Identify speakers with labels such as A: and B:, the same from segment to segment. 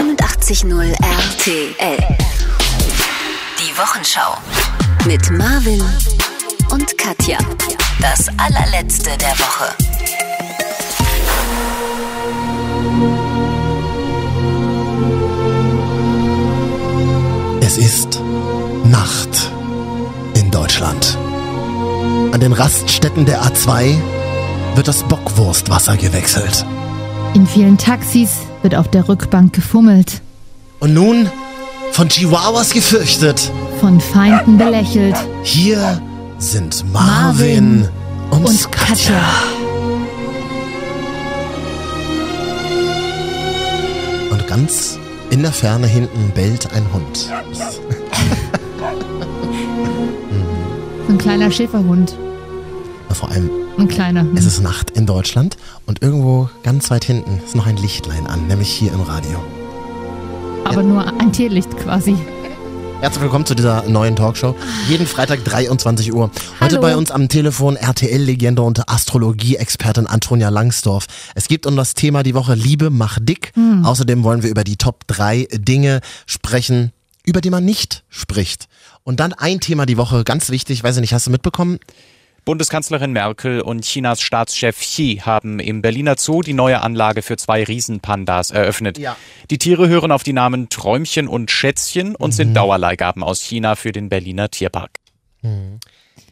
A: 94.0 RTL. Die Wochenschau. Mit Marvin und Katja. Das allerletzte der Woche.
B: Es ist Nacht in Deutschland. An den Raststätten der A2 wird das Bockwurstwasser gewechselt.
C: In vielen Taxis wird auf der Rückbank gefummelt,
B: Und nun, von Chihuahuas gefürchtet,
C: von Feinden belächelt
B: hier sind Marvin, und,
C: und
B: Katja.
C: Katja.
B: Und ganz in der Ferne hinten bellt ein Hund.
C: So Ein kleiner Schäferhund.
B: Vor allem,
C: Ein kleiner.
B: es ist Nacht in Deutschland und irgendwo ganz weit hinten ist noch ein Lichtlein an, nämlich hier im Radio.
C: Aber nur ein Tierlicht quasi.
B: Herzlich willkommen zu dieser neuen Talkshow. Jeden Freitag 23 Uhr. Heute
C: Hallo.
B: bei uns am Telefon RTL-Legende und Astrologie-Expertin Antonia Langsdorf. Es geht um das Thema die Woche Liebe macht dick.
C: Hm.
B: Außerdem wollen wir über die Top 3 Dinge sprechen, über die man nicht spricht. Und dann ein Thema die Woche, ganz wichtig, weiß ich nicht, hast du mitbekommen?
D: Bundeskanzlerin Merkel und Chinas Staatschef Xi haben im Berliner Zoo die neue Anlage für zwei Riesenpandas eröffnet.
B: Ja.
D: Die Tiere hören auf die Namen Träumchen und Schätzchen und sind Dauerleihgaben aus China für den Berliner Tierpark.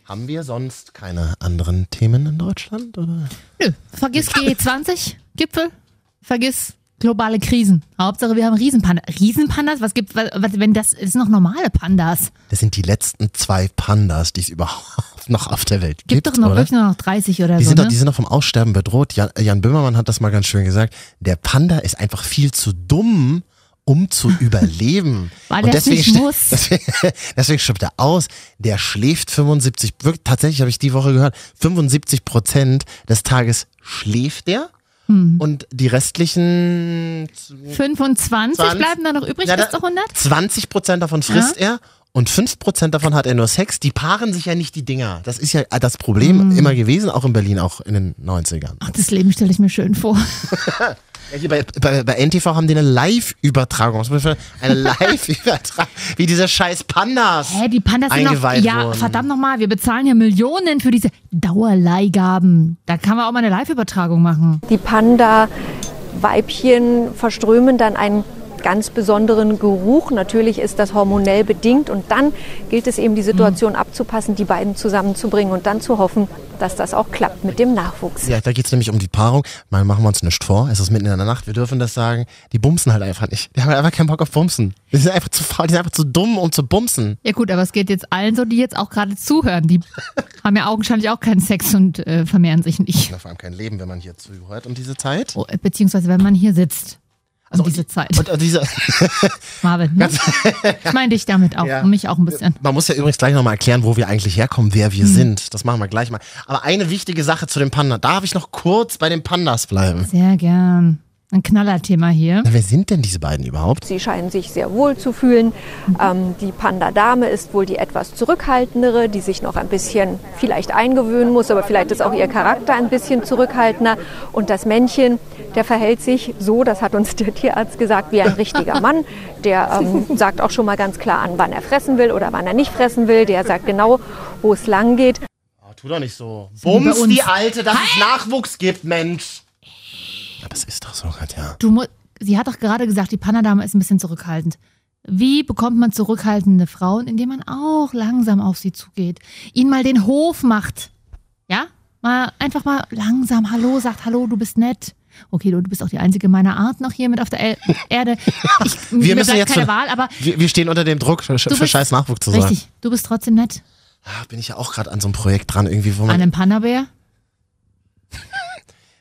B: Haben wir sonst keine anderen Themen in Deutschland? Oder?
C: Nö, vergiss G20-Gipfel. Vergiss globale Krisen. Hauptsache, wir haben Riesenpandas. Riesenpandas? Was gibt, was, wenn das, das sind noch normale Pandas.
B: Das sind die letzten zwei Pandas, die es überhaupt noch auf der Welt
C: Gibt
B: gibt.
C: doch noch,
B: oder?
C: wirklich nur noch 30 oder
B: Die
C: so.
B: sind, doch,
C: ne?
B: die sind doch vom Aussterben bedroht. Jan, äh, Jan Böhmermann hat das mal ganz schön gesagt. Der Panda ist einfach viel zu dumm, um zu überleben.
C: Weil
B: Und
C: der's
B: deswegen,
C: nicht
B: sti-
C: muss.
B: deswegen, deswegen stirbt er aus. Der schläft 75, wirklich, tatsächlich habe ich die Woche gehört, 75 Prozent des Tages schläft der.
C: Hm.
B: Und die restlichen 20.
C: 25 bleiben da noch übrig
B: Ja,
C: bis
B: da-
C: zu 100?
B: 20 Prozent davon frisst er und 5 Prozent davon hat er nur Sex. Die paaren sich ja nicht die Dinger. Das ist ja äh, das Problem
C: Hm.
B: immer gewesen, auch in Berlin, auch in den 90ern.
C: Ach, das Leben stelle ich mir schön vor.
B: Ja, hier bei, bei, bei NTV haben die eine Live-Übertragung. Was muss man- Eine Live-Übertragung. Wie diese scheiß Pandas.
C: Hä, die Pandas sind noch,
B: Eingeweiht
C: ja,
B: wurden.
C: verdammt nochmal, wir bezahlen ja Millionen für diese Dauerleihgaben. Da kann man auch mal eine Live-Übertragung machen.
E: Die Panda-Weibchen verströmen dann einen ganz besonderen Geruch. Natürlich ist das hormonell bedingt und dann gilt es eben, die Situation abzupassen, die beiden zusammenzubringen und dann zu hoffen, dass das auch klappt mit dem Nachwuchs.
B: Ja, da geht's nämlich um die Paarung. Mal machen wir uns nicht vor. Es ist mitten in der Nacht. Wir dürfen das sagen. Die bumsen halt einfach nicht. Die haben einfach keinen Bock auf Bumsen. Die sind einfach zu faul. Die sind einfach zu dumm, um zu bumsen.
C: Ja gut, aber es geht jetzt allen so, die jetzt auch gerade zuhören. Die haben ja augenscheinlich auch keinen Sex und äh, vermehren sich nicht.
B: Ja, vor allem kein Leben, wenn man hier zuhört um diese Zeit.
C: Oh, äh, beziehungsweise, wenn man hier sitzt. Also um diese Zeit.
B: Und, äh, und diese,
C: Marvin, ne? ich meine dich damit auch
B: Ja.
C: und mich auch ein bisschen.
B: Man muss ja übrigens gleich nochmal erklären, wo wir eigentlich herkommen, wer wir
C: Hm.
B: sind. Das machen wir gleich mal. Aber eine wichtige Sache zu dem Panda. Darf ich noch kurz bei den Pandas bleiben?
C: Sehr gern. Ein Knallerthema hier.
B: Na, wer sind denn diese beiden überhaupt?
E: Sie scheinen sich sehr wohl zu fühlen. Ähm, die Panda-Dame ist wohl die etwas zurückhaltendere, die sich noch ein bisschen vielleicht eingewöhnen muss, aber vielleicht ist auch ihr Charakter ein bisschen zurückhaltender. Und das Männchen, der verhält sich so, das hat uns der Tierarzt gesagt, wie ein richtiger Mann. Der ähm, sagt auch schon mal ganz klar an, wann er fressen will oder wann er nicht fressen will. Der sagt genau, wo es lang geht.
B: Oh, tu doch nicht so.
C: wie bei
B: Bums
C: uns.
B: die Alte, dass es Nachwuchs gibt, Mensch. Aber es ist doch so, Katja.
C: Du mu- Sie hat doch gerade gesagt, die Panadame ist ein bisschen zurückhaltend. Wie bekommt man zurückhaltende Frauen, indem man auch langsam auf sie zugeht? Ihnen mal den Hof macht. Ja? Mal einfach mal langsam Hallo sagt, Hallo, du bist nett. Okay, du, du bist auch die einzige meiner Art noch hier mit auf der El Erde. Ich,
B: Wir
C: mir
B: müssen
C: bleibt
B: jetzt
C: keine
B: von-
C: Wahl, aber
B: Wir, wir stehen unter dem Druck, für, für
C: bist-
B: scheiß Nachwuchs zu sein.
C: richtig, du bist trotzdem nett.
B: Ah, bin ich ja auch gerade an so einem Projekt dran, irgendwie, wo
C: An
B: man.
C: einem Pannabär.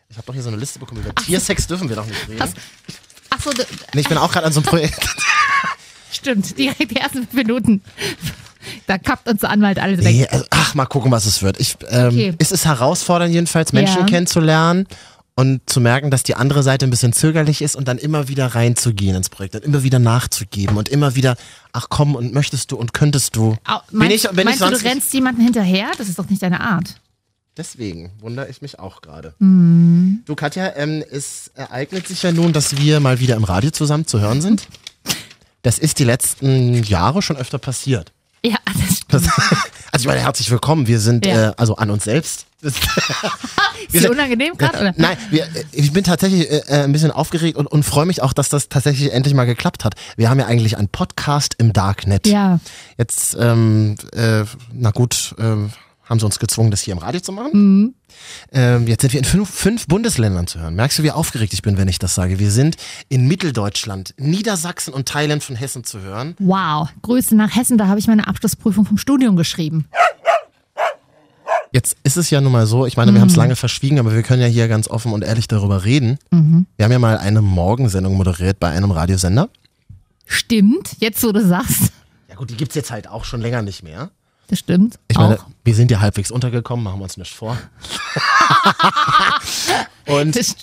B: Ich habe doch hier so eine Liste bekommen. Über Tiersex dürfen wir doch nicht reden.
C: Achso,
B: Nee, ich bin auch gerade an so einem Projekt.
C: stimmt, direkt die ersten fünf Minuten. Da kappt unser Anwalt alles weg.
B: Nee, also, ach, mal gucken, was es wird. Ich, ähm,
C: Okay.
B: Es ist herausfordernd, jedenfalls Menschen
C: Ja.
B: kennenzulernen und zu merken, dass die andere Seite ein bisschen zögerlich ist und dann immer wieder reinzugehen ins Projekt und immer wieder nachzugeben und immer wieder, ach komm, und möchtest du und könntest du.
C: Au, meinst,
B: bin
C: meinst du,
B: sonst
C: du rennst jemanden hinterher? Das ist doch nicht deine Art.
B: Deswegen wundere ich mich auch gerade.
C: Mhm.
B: Du, Katja, ähm, es ereignet sich ja nun, dass wir mal wieder im Radio zusammen zu hören sind. Das ist die letzten Jahre schon öfter passiert.
C: Ja, das
B: Das,
C: stimmt.
B: also ich meine, herzlich willkommen. Wir sind
C: Ja.
B: äh, also an uns selbst.
C: Ist dir unangenehm gerade, oder?
B: Nein, wir, äh, ich bin tatsächlich äh, äh, ein bisschen aufgeregt und, und freue mich auch, dass das tatsächlich endlich mal geklappt hat. Wir haben ja eigentlich einen Podcast im Darknet.
C: Ja.
B: Jetzt, ähm, äh, na gut, ähm, haben sie uns gezwungen, das hier im Radio zu machen.
C: Mhm.
B: Ähm, jetzt sind wir in fünf, fünf Bundesländern zu hören. Merkst du, wie aufgeregt ich bin, wenn ich das sage? Wir sind in Mitteldeutschland, Niedersachsen und Teilen von Hessen zu hören.
C: Wow. Grüße nach Hessen, da habe ich meine Abschlussprüfung vom Studium geschrieben.
B: Jetzt ist es ja nun mal so, ich meine, wir haben
C: Mhm.
B: es lange verschwiegen, aber wir können ja hier ganz offen und ehrlich darüber reden.
C: Mhm.
B: Wir haben ja mal eine Morgensendung moderiert bei einem Radiosender.
C: Stimmt, jetzt wo du sagst.
B: Ja gut, die gibt's jetzt halt auch schon länger nicht mehr.
C: Das stimmt.
B: Ich meine,
C: auch.
B: wir sind ja halbwegs untergekommen, machen wir uns nicht vor. und
C: Das st-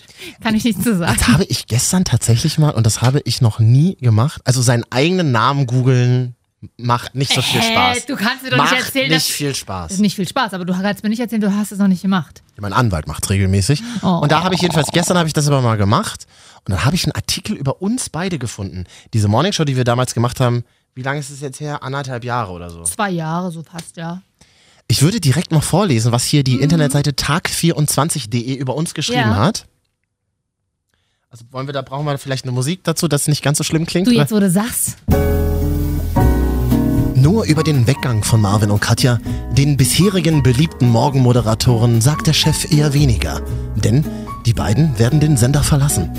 C: kann ich nichts zu sagen.
B: das habe ich gestern tatsächlich mal, und das habe ich noch nie gemacht, also seinen eigenen Namen googeln macht nicht so viel
C: Hä?
B: Spaß.
C: Äh, Du kannst mir doch
B: macht
C: nicht erzählen,
B: nicht
C: dass-
B: viel
C: Das
B: Spaß.
C: ist nicht viel Spaß, aber du kannst mir nicht erzählen, du hast es noch nicht gemacht.
B: Mein Anwalt macht regelmäßig.
C: Oh.
B: Und da habe ich jedenfalls, gestern habe ich das aber mal gemacht. Und dann habe ich einen Artikel über uns beide gefunden. Diese Morningshow, die wir damals gemacht haben, wie lange ist es jetzt her? Anderthalb Jahre oder so.
C: Zwei Jahre, so passt ja.
B: Ich würde direkt mal vorlesen, was hier die Internetseite tag24.de über uns geschrieben
C: Mhm. Ja.
B: hat. Also wollen wir da, brauchen wir vielleicht eine Musik dazu, dass es nicht ganz so schlimm klingt?
C: Du
B: Oder?
C: jetzt wo du sagst.
B: Nur über den Weggang von Marvin und Katja, den bisherigen beliebten Morgenmoderatoren, sagt der Chef eher weniger. Denn die beiden werden den Sender verlassen.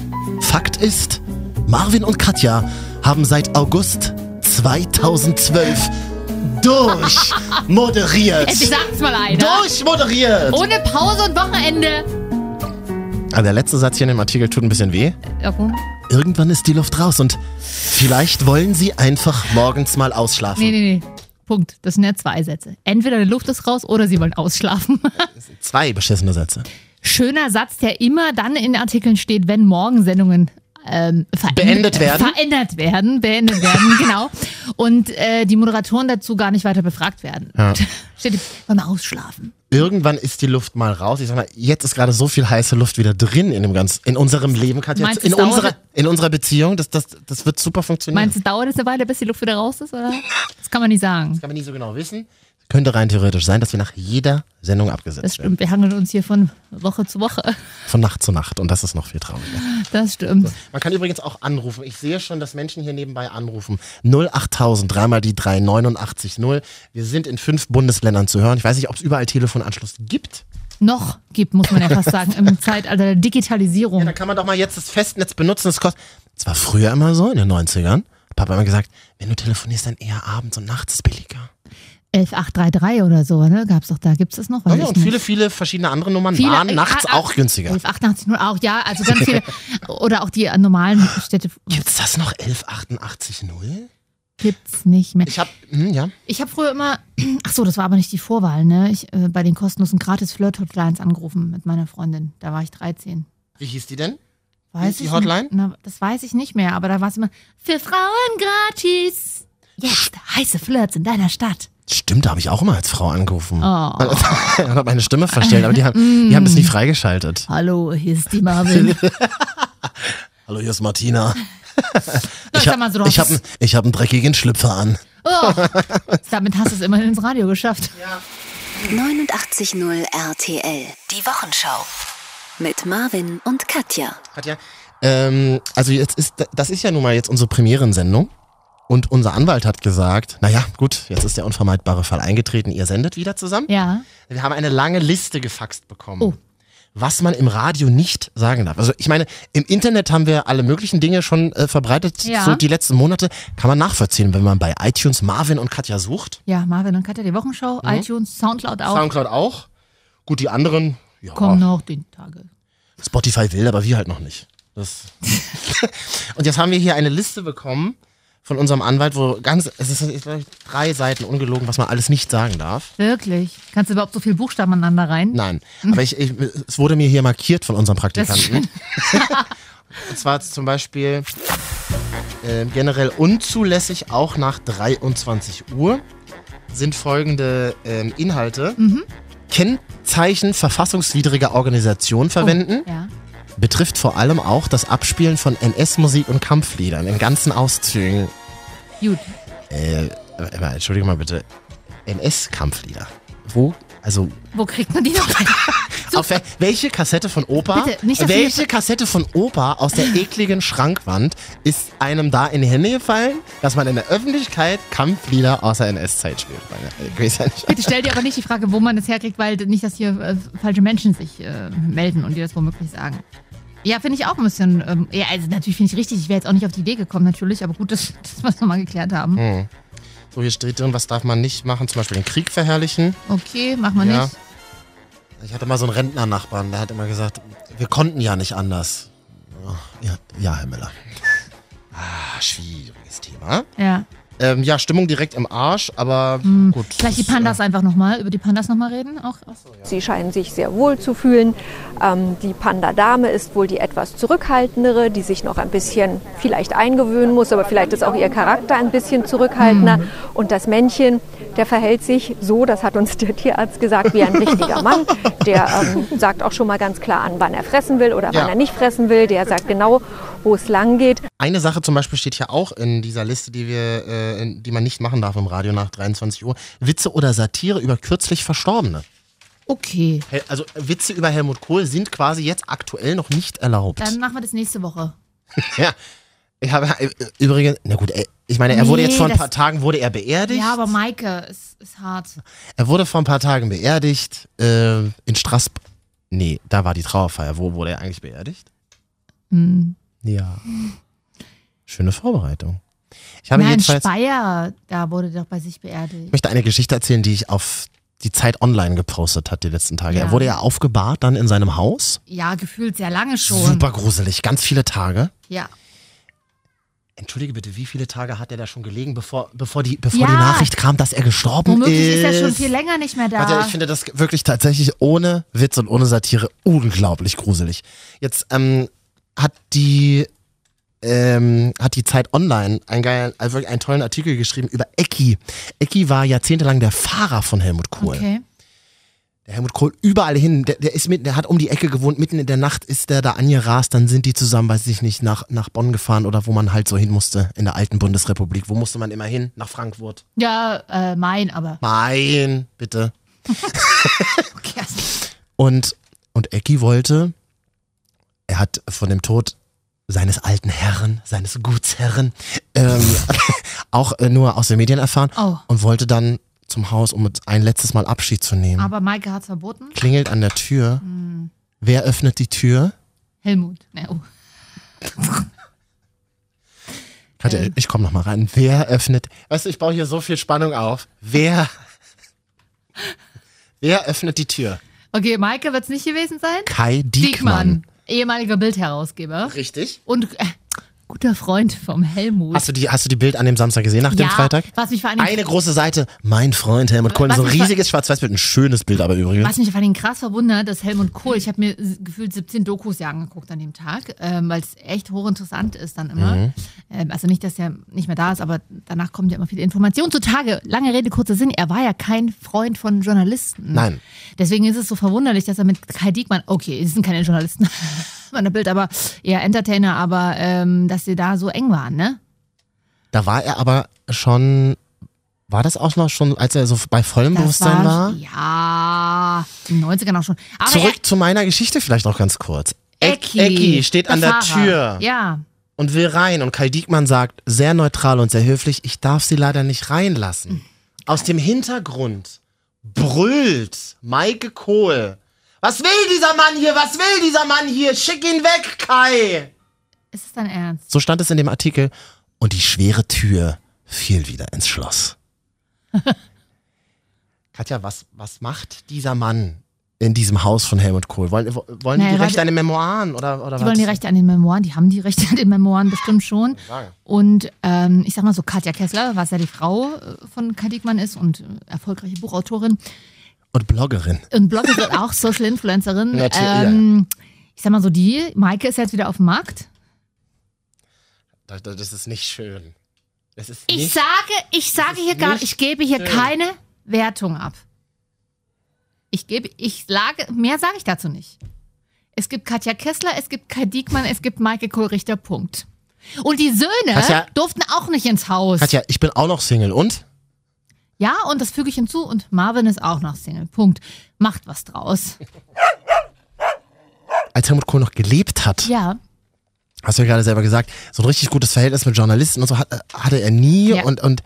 B: Fakt ist, Marvin und Katja haben seit August 2012 durchmoderiert.
C: Endlich sagt's mal einer.
B: Durchmoderiert!
C: Ohne Pause und Wochenende.
B: Aber der letzte Satz hier in dem Artikel tut ein bisschen weh.
C: Okay.
B: Irgendwann ist die Luft raus und vielleicht wollen sie einfach morgens mal ausschlafen.
C: Nee, nee, nee. Punkt. Das sind ja zwei Sätze. Entweder die Luft ist raus oder sie wollen ausschlafen.
B: Zwei beschissene Sätze.
C: Schöner Satz, der immer dann in Artikeln steht, wenn Morgensendungen ähm, veränd-
B: Beendet werden.
C: Verändert werden, beendet werden, genau. Und äh, die Moderatoren dazu gar nicht weiter befragt werden.
B: Ja.
C: Steht, wollen wir ausschlafen.
B: irgendwann ist die Luft mal raus. Ich sag mal, jetzt ist gerade so viel heiße Luft wieder drin in dem ganzen, in unserem Leben, Katja,
C: Meinst du,
B: in
C: es dauert-
B: unserer, in unserer Beziehung. Das, das, das wird super funktionieren.
C: Meinst du, dauert es eine Weile, bis die Luft wieder raus ist, oder? Das kann man nicht sagen.
B: Kann man nicht so genau wissen. Könnte rein theoretisch sein, dass wir nach jeder Sendung abgesetzt
C: Das
B: werden.
C: stimmt. Wir hangeln uns hier von Woche zu Woche.
B: Von Nacht zu Nacht. Und das ist noch viel trauriger.
C: Das stimmt.
B: Man kann übrigens auch anrufen. Ich sehe schon, dass Menschen hier nebenbei anrufen. 08000, dreimal die 3890. Wir sind in fünf Bundesländern zu hören. Ich weiß nicht, ob es überall Telefonanschluss gibt.
C: Noch gibt, muss man ja fast sagen, im Zeitalter der Digitalisierung.
B: Ja, dann kann man doch mal jetzt das Festnetz benutzen. Das kostet. Das war früher immer so in den 90ern. Papa hat immer gesagt, wenn du telefonierst, dann eher abends und nachts ist billiger.
C: 11833 oder so, ne? Gab's doch da. Gibt's das noch?
B: Ja,
C: Weiß
B: ja,
C: ich
B: Also, und
C: nicht.
B: viele, viele verschiedene andere Nummern
C: Viele-
B: waren
C: äh,
B: nachts
C: ah, ah,
B: auch günstiger.
C: 1188 nur auch, ja, also ganz viele. Oder auch die äh, normalen Städte
B: Gibt's das noch 11880?
C: gibt's nicht mehr.
B: Ich hab, hm, ja.
C: Ich habe früher immer, ach so, das war aber nicht die Vorwahl, ne? Ich äh, bei den kostenlosen gratis Flirt-Hotlines angerufen mit meiner Freundin. Da war ich 13.
B: Wie hieß die denn?
C: Weiß
B: Die
C: ich
B: Hotline?
C: Nicht, na, das weiß ich nicht mehr, aber da war es immer für Frauen gratis. Jetzt heiße Flirts in deiner Stadt.
B: Stimmt, da habe ich auch immer als Frau angerufen.
C: Oh.
B: Und habe meine Stimme verstellt, aber die haben, die haben das nie freigeschaltet.
C: Hallo, hier ist die Marvin.
B: Hallo, hier ist Martina. Ich
C: sag mal so,
B: habe
C: du
B: ich hab,
C: hast-
B: ich hab einen dreckigen Schlüpfer an.
C: Oh, damit hast du es immerhin ins Radio geschafft.
A: 89.0 RTL. Die Wochenschau. Mit Marvin und Katja.
B: Katja, ähm, also jetzt ist, das ist ja nun mal jetzt unsere Premierensendung. Und unser Anwalt hat gesagt, naja, gut, jetzt ist der unvermeidbare Fall eingetreten, ihr sendet wieder zusammen.
C: Ja.
B: Wir haben eine lange Liste gefaxt bekommen.
C: Oh.
B: Was man im Radio nicht sagen darf. Also ich meine, im Internet haben wir alle möglichen Dinge schon äh, verbreitet.
C: Ja.
B: So die letzten Monate kann man nachvollziehen, wenn man bei iTunes Marvin und Katja sucht.
C: Ja, Marvin und Katja, die Wochenschau, iTunes, Soundcloud auch.
B: Mhm. Soundcloud auch. Gut, die anderen, ja,
C: Kommen noch die Tage.
B: Spotify will, aber wir halt noch nicht. Das und jetzt haben wir hier eine Liste bekommen von unserem Anwalt, wo ganz, es ist, ich glaube, drei Seiten ungelogen, was man alles nicht sagen darf.
C: Wirklich? Kannst du überhaupt so viel Buchstaben aneinander rein?
B: Nein, aber ich, ich, es wurde mir hier markiert von unserem Praktikanten. und zwar zum Beispiel äh, generell unzulässig auch nach 23 Uhr sind folgende ähm, Inhalte. Kennzeichen verfassungswidriger Organisation verwenden.
C: Ja.
B: betrifft vor allem auch das Abspielen von NS-Musik und Kampfliedern in ganzen Auszügen.
C: Gut.
B: Äh, aber entschuldige mal bitte. NS-Kampflieder. Wo? Also,
C: Wo kriegt man die noch rein?
B: auf wel- welche Kassette von Opa?
C: Bitte, nicht, dass wir
B: welche
C: hier-
B: Kassette von Opa aus der ekligen Schrankwand ist einem da in die Hände gefallen, dass man in der Öffentlichkeit Kampflieder aus der NS-Zeit spielt? Meine, äh, ich weiß ja nicht.
C: Bitte stell dir aber nicht die Frage, wo man das herkriegt, weil nicht, dass hier äh, falsche Menschen sich äh, melden und dir das womöglich sagen. Ja, finde ich auch ein bisschen. Ähm, ja, also natürlich finde ich richtig. Ich wäre jetzt auch nicht auf die Idee gekommen, natürlich, aber gut, dass, dass wir es nochmal geklärt haben.
B: So, hier steht drin, was darf man nicht machen? Zum Beispiel den Krieg verherrlichen.
C: Okay, machen wir
B: Ja.
C: nicht.
B: Ich hatte mal so einen Rentnernachbarn, der hat immer gesagt, wir konnten ja nicht anders. Ja, ja Herr Müller. Ah, schwieriges Thema.
C: Ja.
B: Ähm, ja, Stimmung direkt im Arsch, aber gut.
C: Hm,
B: Äh,
C: Vielleicht die
B: das,
C: Pandas einfach nochmal, über die Pandas nochmal reden. Auch, auch.
E: Sie scheinen sich sehr wohl zu fühlen. Ähm, die Panda-Dame ist wohl die etwas zurückhaltendere, die sich noch ein bisschen vielleicht eingewöhnen muss, aber vielleicht ist auch ihr Charakter ein bisschen zurückhaltender. Und das Männchen, der verhält sich so, das hat uns der Tierarzt gesagt, wie ein richtiger Mann. Der ähm, sagt auch schon mal ganz klar an, wann er fressen will oder
B: Ja.
E: wann er nicht fressen will. Der sagt genau, wo es lang geht.
B: Eine Sache zum Beispiel steht ja auch in dieser Liste, die wir, äh, in, die man nicht machen darf im Radio nach 23 Uhr. Witze oder Satire über kürzlich Verstorbene.
C: Okay,
B: Hel- Also äh, Witze über Helmut Kohl sind quasi jetzt aktuell noch nicht erlaubt.
C: dann machen wir das nächste Woche.
B: ja. Ich habe äh, übrigens, na gut, äh, ich meine, er wurde
C: Nee,
B: jetzt vor ein
C: das-
B: paar Tagen wurde er beerdigt.
C: Ja, aber Maike ist, ist hart.
B: Er wurde vor ein paar Tagen beerdigt äh, in Straßburg. Nee, da war die Trauerfeier. Wo wurde er eigentlich beerdigt?
C: Hm.
B: Ja. Schöne Vorbereitung. Ich habe
C: Nein,
B: jedenfalls,
C: Speyer, da wurde doch bei sich beerdigt.
B: ich möchte eine Geschichte erzählen, die ich auf die Zeit online gepostet hat die letzten Tage.
C: Ja.
B: Er wurde ja aufgebahrt dann in seinem Haus.
C: Ja, gefühlt sehr lange schon.
B: Super gruselig, ganz viele Tage.
C: Ja.
B: Entschuldige bitte, wie viele Tage hat er da schon gelegen, bevor, bevor, die, bevor die
C: Ja.
B: Nachricht kam, dass er gestorben
C: Womöglich
B: ist?
C: ist er schon viel länger nicht mehr da.
B: Warte, ich finde das wirklich tatsächlich ohne Witz und ohne Satire unglaublich gruselig. Jetzt ähm, hat die ähm, hat die Zeit online einen, geilen, also wirklich einen tollen Artikel geschrieben über Ecki. Ecki war jahrzehntelang der Fahrer von Helmut Kohl.
C: Okay.
B: Der Helmut Kohl überall hin, der, der ist mit, der hat um die Ecke gewohnt, mitten in der Nacht ist der da angerast, dann sind die zusammen, weiß ich nicht, nach, nach Bonn gefahren oder wo man halt so hin musste in der alten Bundesrepublik. Wo musste man immer hin? Nach Frankfurt.
C: Ja, äh, mein, aber.
B: Mein, bitte.
C: Okay, also-
B: Und, und Ecki wollte, er hat von dem Tod seines alten Herren, seines Gutsherren, ähm, auch äh, nur aus den Medien erfahren
C: Oh,
B: und wollte dann zum Haus, um ein letztes Mal Abschied zu nehmen.
C: Oh, aber Maike hat's verboten.
B: Klingelt an der Tür.
C: Hm.
B: Wer öffnet die Tür?
C: Helmut. Ne, oh.
B: Katja,
C: Ähm.
B: ich komme nochmal rein. Wer öffnet? Weißt du, ich baue hier so viel Spannung auf. Wer? Wer öffnet die Tür?
C: Okay, Maike wird's nicht gewesen sein.
B: Kai Diekmann.
C: ehemaliger Bildherausgeber.
B: Richtig.
C: Und äh, guter Freund vom Helmut.
B: Hast du, die, hast du die Bild an dem Samstag gesehen nach
C: ja,
B: dem Freitag?
C: Was mich vor allen Dingen
B: Eine große Seite, mein Freund Helmut Kohl.
C: Was
B: So ein
C: mich ver-
B: riesiges Schwarz-Weiß-Bild, ein schönes Bild aber übrigens.
C: Was mich vor allem krass verwundert, dass Helmut Kohl, ich habe mir s- gefühlt 17 Dokus ja angeguckt an dem Tag, ähm, weil es echt hochinteressant ist dann immer.
B: Mhm.
C: Ähm, also nicht, dass er nicht mehr da ist, aber danach kommt ja immer viele Informationen zutage. Lange Rede, kurzer Sinn, er war ja kein Freund von Journalisten.
B: Nein.
C: Deswegen ist es so verwunderlich, dass er mit Kai Diekmann, okay, es sind keine Journalisten, meine Bild, aber eher Entertainer, aber ähm, dass sie da so eng waren, ne?
B: Da war er aber schon, war das auch noch schon, als er so bei vollem Bewusstsein war?
C: Ja, in den 90ern auch schon. Aber
B: Zurück zu meiner Geschichte vielleicht noch ganz kurz.
C: er-
B: Eck- Ecki steht an der
C: Fahrer.
B: Tür
C: Ja.
B: und will rein und Kai Diekmann sagt, sehr neutral und sehr höflich, ich darf sie leider nicht
C: Hm.
B: reinlassen. Aus dem Hintergrund brüllt Maike Kohl. Was will dieser Mann hier? Was will dieser Mann hier? Schick ihn weg, Kai!
C: Ist es dein Ernst?
B: So stand es in dem Artikel. Und die schwere Tür fiel wieder ins Schloss. Katja, was, was macht dieser Mann in diesem Haus von Helmut Kohl? Wollen, wollen
C: Naja,
B: die Rechte
C: warte.
B: an den Memoiren oder, oder
C: Die
B: was?
C: wollen die Rechte an den Memoiren, die haben die Rechte an den Memoiren bestimmt schon. Und ähm, ich sag mal so, Katja Kessler, was ja die Frau äh, von Kai Diekmann ist und äh, erfolgreiche Buchautorin
B: Und Bloggerin.
C: und Bloggerin, auch Social Influencerin.
B: Natürlich, ja.
C: Ähm, ich sag mal so, die, Maike ist jetzt wieder auf dem Markt.
B: Das, das ist nicht schön. Das ist
C: Ich
B: nicht,
C: sage, ich sage hier gar,
B: nicht
C: ich gebe hier
B: schön.
C: keine Wertung ab. Ich gebe, ich sage, mehr sage ich dazu nicht. Es gibt Katja Kessler, es gibt Kai Diekmann, es gibt Maike Kohlrichter, Punkt. Und die Söhne
B: Katja.
C: durften auch nicht ins Haus.
B: Katja, ich bin auch noch Single und?
C: Ja, und das füge ich hinzu. Und Marvin ist auch noch Single. Punkt. Macht was draus.
B: Als Helmut Kohl noch gelebt hat,
C: Ja.
B: hast du ja gerade selber gesagt, so ein richtig gutes Verhältnis mit Journalisten und so hat, äh, hatte er nie
C: Ja.
B: und, und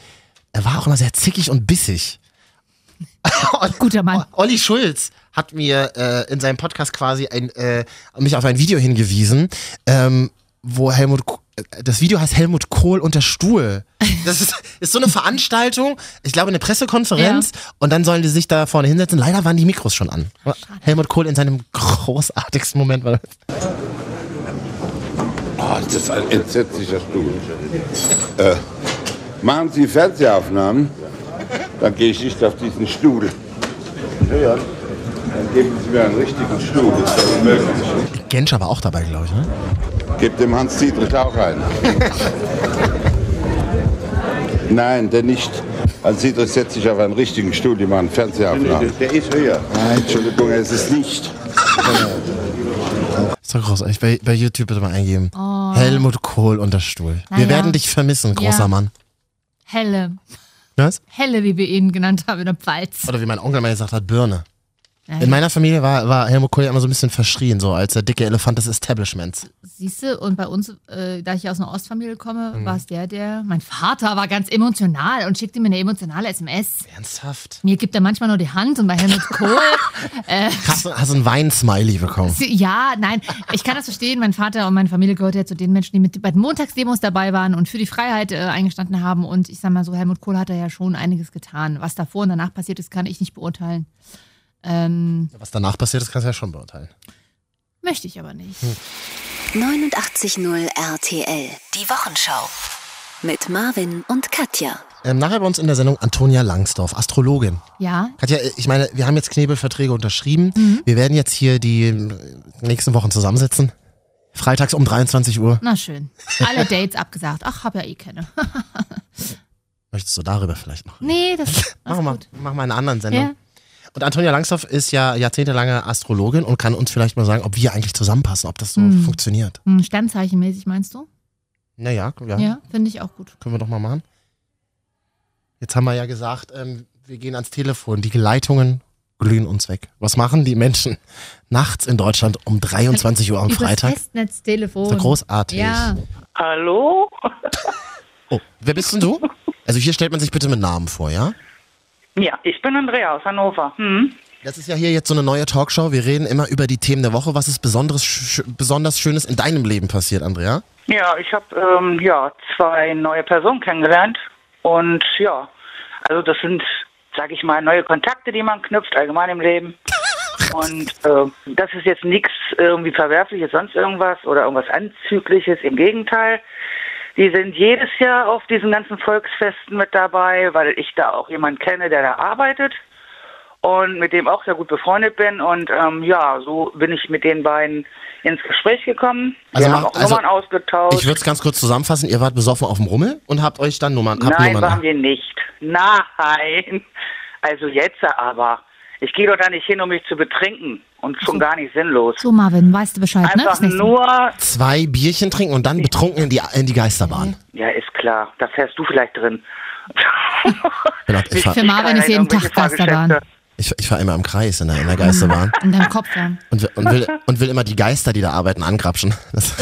B: er war auch immer sehr zickig und bissig.
C: Guter Mann.
B: Oh, Olli Schulz hat mir äh, in seinem Podcast quasi ein, äh, mich auf ein Video hingewiesen, ähm, wo Helmut K- äh, das Video heißt Helmut Kohl unter Stuhl. Das ist, ist so eine Veranstaltung, ich glaube eine Pressekonferenz und dann sollen die sich da vorne hinsetzen. Leider waren die Mikros schon an. Helmut Kohl in seinem großartigsten Moment war
F: Ah, das ist ein entsetzlicher Stuhl. Äh, machen Sie Fernsehaufnahmen, dann gehe ich nicht auf diesen Stuhl. Ja, ja. Dann geben Sie mir einen richtigen Stuhl, das ist unmöglich.
B: Genscher war auch dabei, glaube ich. Ne?
F: Gebt dem Hans Dietrich auch einen. Nein, der nicht. Hans Dietrich setzt sich auf einen richtigen Stuhl, die machen Fernsehaufnahmen. Der ist höher. Nein, Entschuldigung, es ist nicht.
B: Ist doch großartig. Bei, bei YouTube bitte mal eingeben. Helmut Kohl unter Stuhl.
C: Oh. Na
B: Wir
C: ja.
B: werden dich vermissen, großer
C: Ja.
B: Mann.
C: Helle.
B: Was?
C: Helle, wie wir ihn genannt haben in der Pfalz.
B: Oder wie mein Onkel mal gesagt hat, Birne.
C: Ja,
B: In meiner Familie war, war Helmut Kohl ja immer so ein bisschen verschrien, so als der dicke Elefant des Establishments.
C: Siehst du, und bei uns, äh, da ich aus einer Ostfamilie komme,
B: Mhm.
C: war es der, der. Mein Vater war ganz emotional und schickte mir eine emotionale SMS.
B: Ernsthaft?
C: Mir gibt er manchmal nur die Hand und bei Helmut Kohl.
B: Hast, du- hast du ein Weinsmiley bekommen?
C: sie- ja, nein, ich kann das verstehen. Mein Vater und meine Familie gehörte ja zu den Menschen, die mit bei den Montagsdemos dabei waren und für die Freiheit äh, eingestanden haben. Und ich sag mal so, Helmut Kohl hat da ja schon einiges getan. Was davor und danach passiert ist, kann ich nicht beurteilen. Ähm,
B: Was danach passiert ist, kannst du ja schon beurteilen.
C: möchte ich aber nicht.
B: Hm.
A: 89.0 RTL. Die Wochenschau. Mit Marvin und Katja.
B: Ähm, nachher bei uns in der Sendung Antonia Langsdorf, Astrologin.
C: Ja,
B: Katja, ich meine, wir haben jetzt Knebelverträge unterschrieben.
C: Mhm.
B: Wir werden jetzt hier die äh, nächsten Wochen zusammensitzen. Freitags um 23 Uhr.
C: na schön. Alle Dates abgesagt. Ach, hab ja eh keine.
B: Möchtest du darüber vielleicht noch?
C: Nee, das, das
B: Mach
C: ist
B: mal,
C: gut.
B: mach mal in einer anderen Sendung.
C: Ja.
B: Und Antonia Langsdorf ist ja jahrzehntelange Astrologin und kann uns vielleicht mal sagen, ob wir eigentlich zusammenpassen, ob das so
C: Mhm.
B: funktioniert.
C: Hm, Sternzeichenmäßig meinst du?
B: Naja, ja,
C: Ja, finde ich auch gut.
B: können wir doch mal machen. Jetzt haben wir ja gesagt, ähm, wir gehen ans Telefon. Die Leitungen glühen uns weg. Was machen die Menschen nachts in Deutschland um 23 Uhr am
C: Übers
B: Freitag?
C: Festnetztelefon.
B: Das ist doch großartig.
C: Ja,
G: Hallo?
B: Oh, wer bist denn du? Also hier stellt man sich bitte mit Namen vor, ja?
G: Ja, ich bin Andrea aus Hannover. Hm?
B: Das ist ja hier jetzt so eine neue Talkshow. Wir reden immer über die Themen der Woche. Was ist besonderes, sch besonders Schönes in deinem Leben passiert, Andrea?
G: Ja, ich habe ähm, ja, zwei neue Personen kennengelernt. Und ja, also das sind, sage ich mal, neue Kontakte, die man knüpft, allgemein im Leben. Und äh, das ist jetzt nichts irgendwie Verwerfliches, sonst irgendwas oder irgendwas Anzügliches. Im Gegenteil, die sind jedes Jahr auf diesen ganzen Volksfesten mit dabei, weil ich da auch jemanden kenne, der da arbeitet. und mit dem auch sehr gut befreundet bin. Und ähm, ja, so bin ich mit den beiden ins Gespräch gekommen.
B: Also
G: wir
B: mach-
G: haben auch
B: also
G: Nummern ausgetauscht.
B: Ich würde es ganz kurz zusammenfassen. Ihr wart besoffen auf dem Rummel und habt euch dann Nummern. Habt
G: Nein,
B: Nummern
G: waren wir nicht. Nein. Also jetzt aber. Ich gehe doch da nicht hin, um mich zu betrinken. Und
B: Also
G: schon gar nicht sinnlos.
C: so Marvin, weißt du Bescheid, ne?
G: Einfach
C: Das nächste Mal.
G: nur,
B: Zwei Bierchen trinken und dann betrunken in die, in die Geisterbahn.
G: ja, ist klar, da fährst du vielleicht drin.
B: Genau, ich fahr-
C: Für Marvin ist jeden Tag Geisterbahn.
B: Ich, ich fahre immer im Kreis in der, in der Geisterbahn
C: In deinem Kopf, ja.
B: und, will- und, will, und will immer die Geister, die da arbeiten, angrapschen. Das,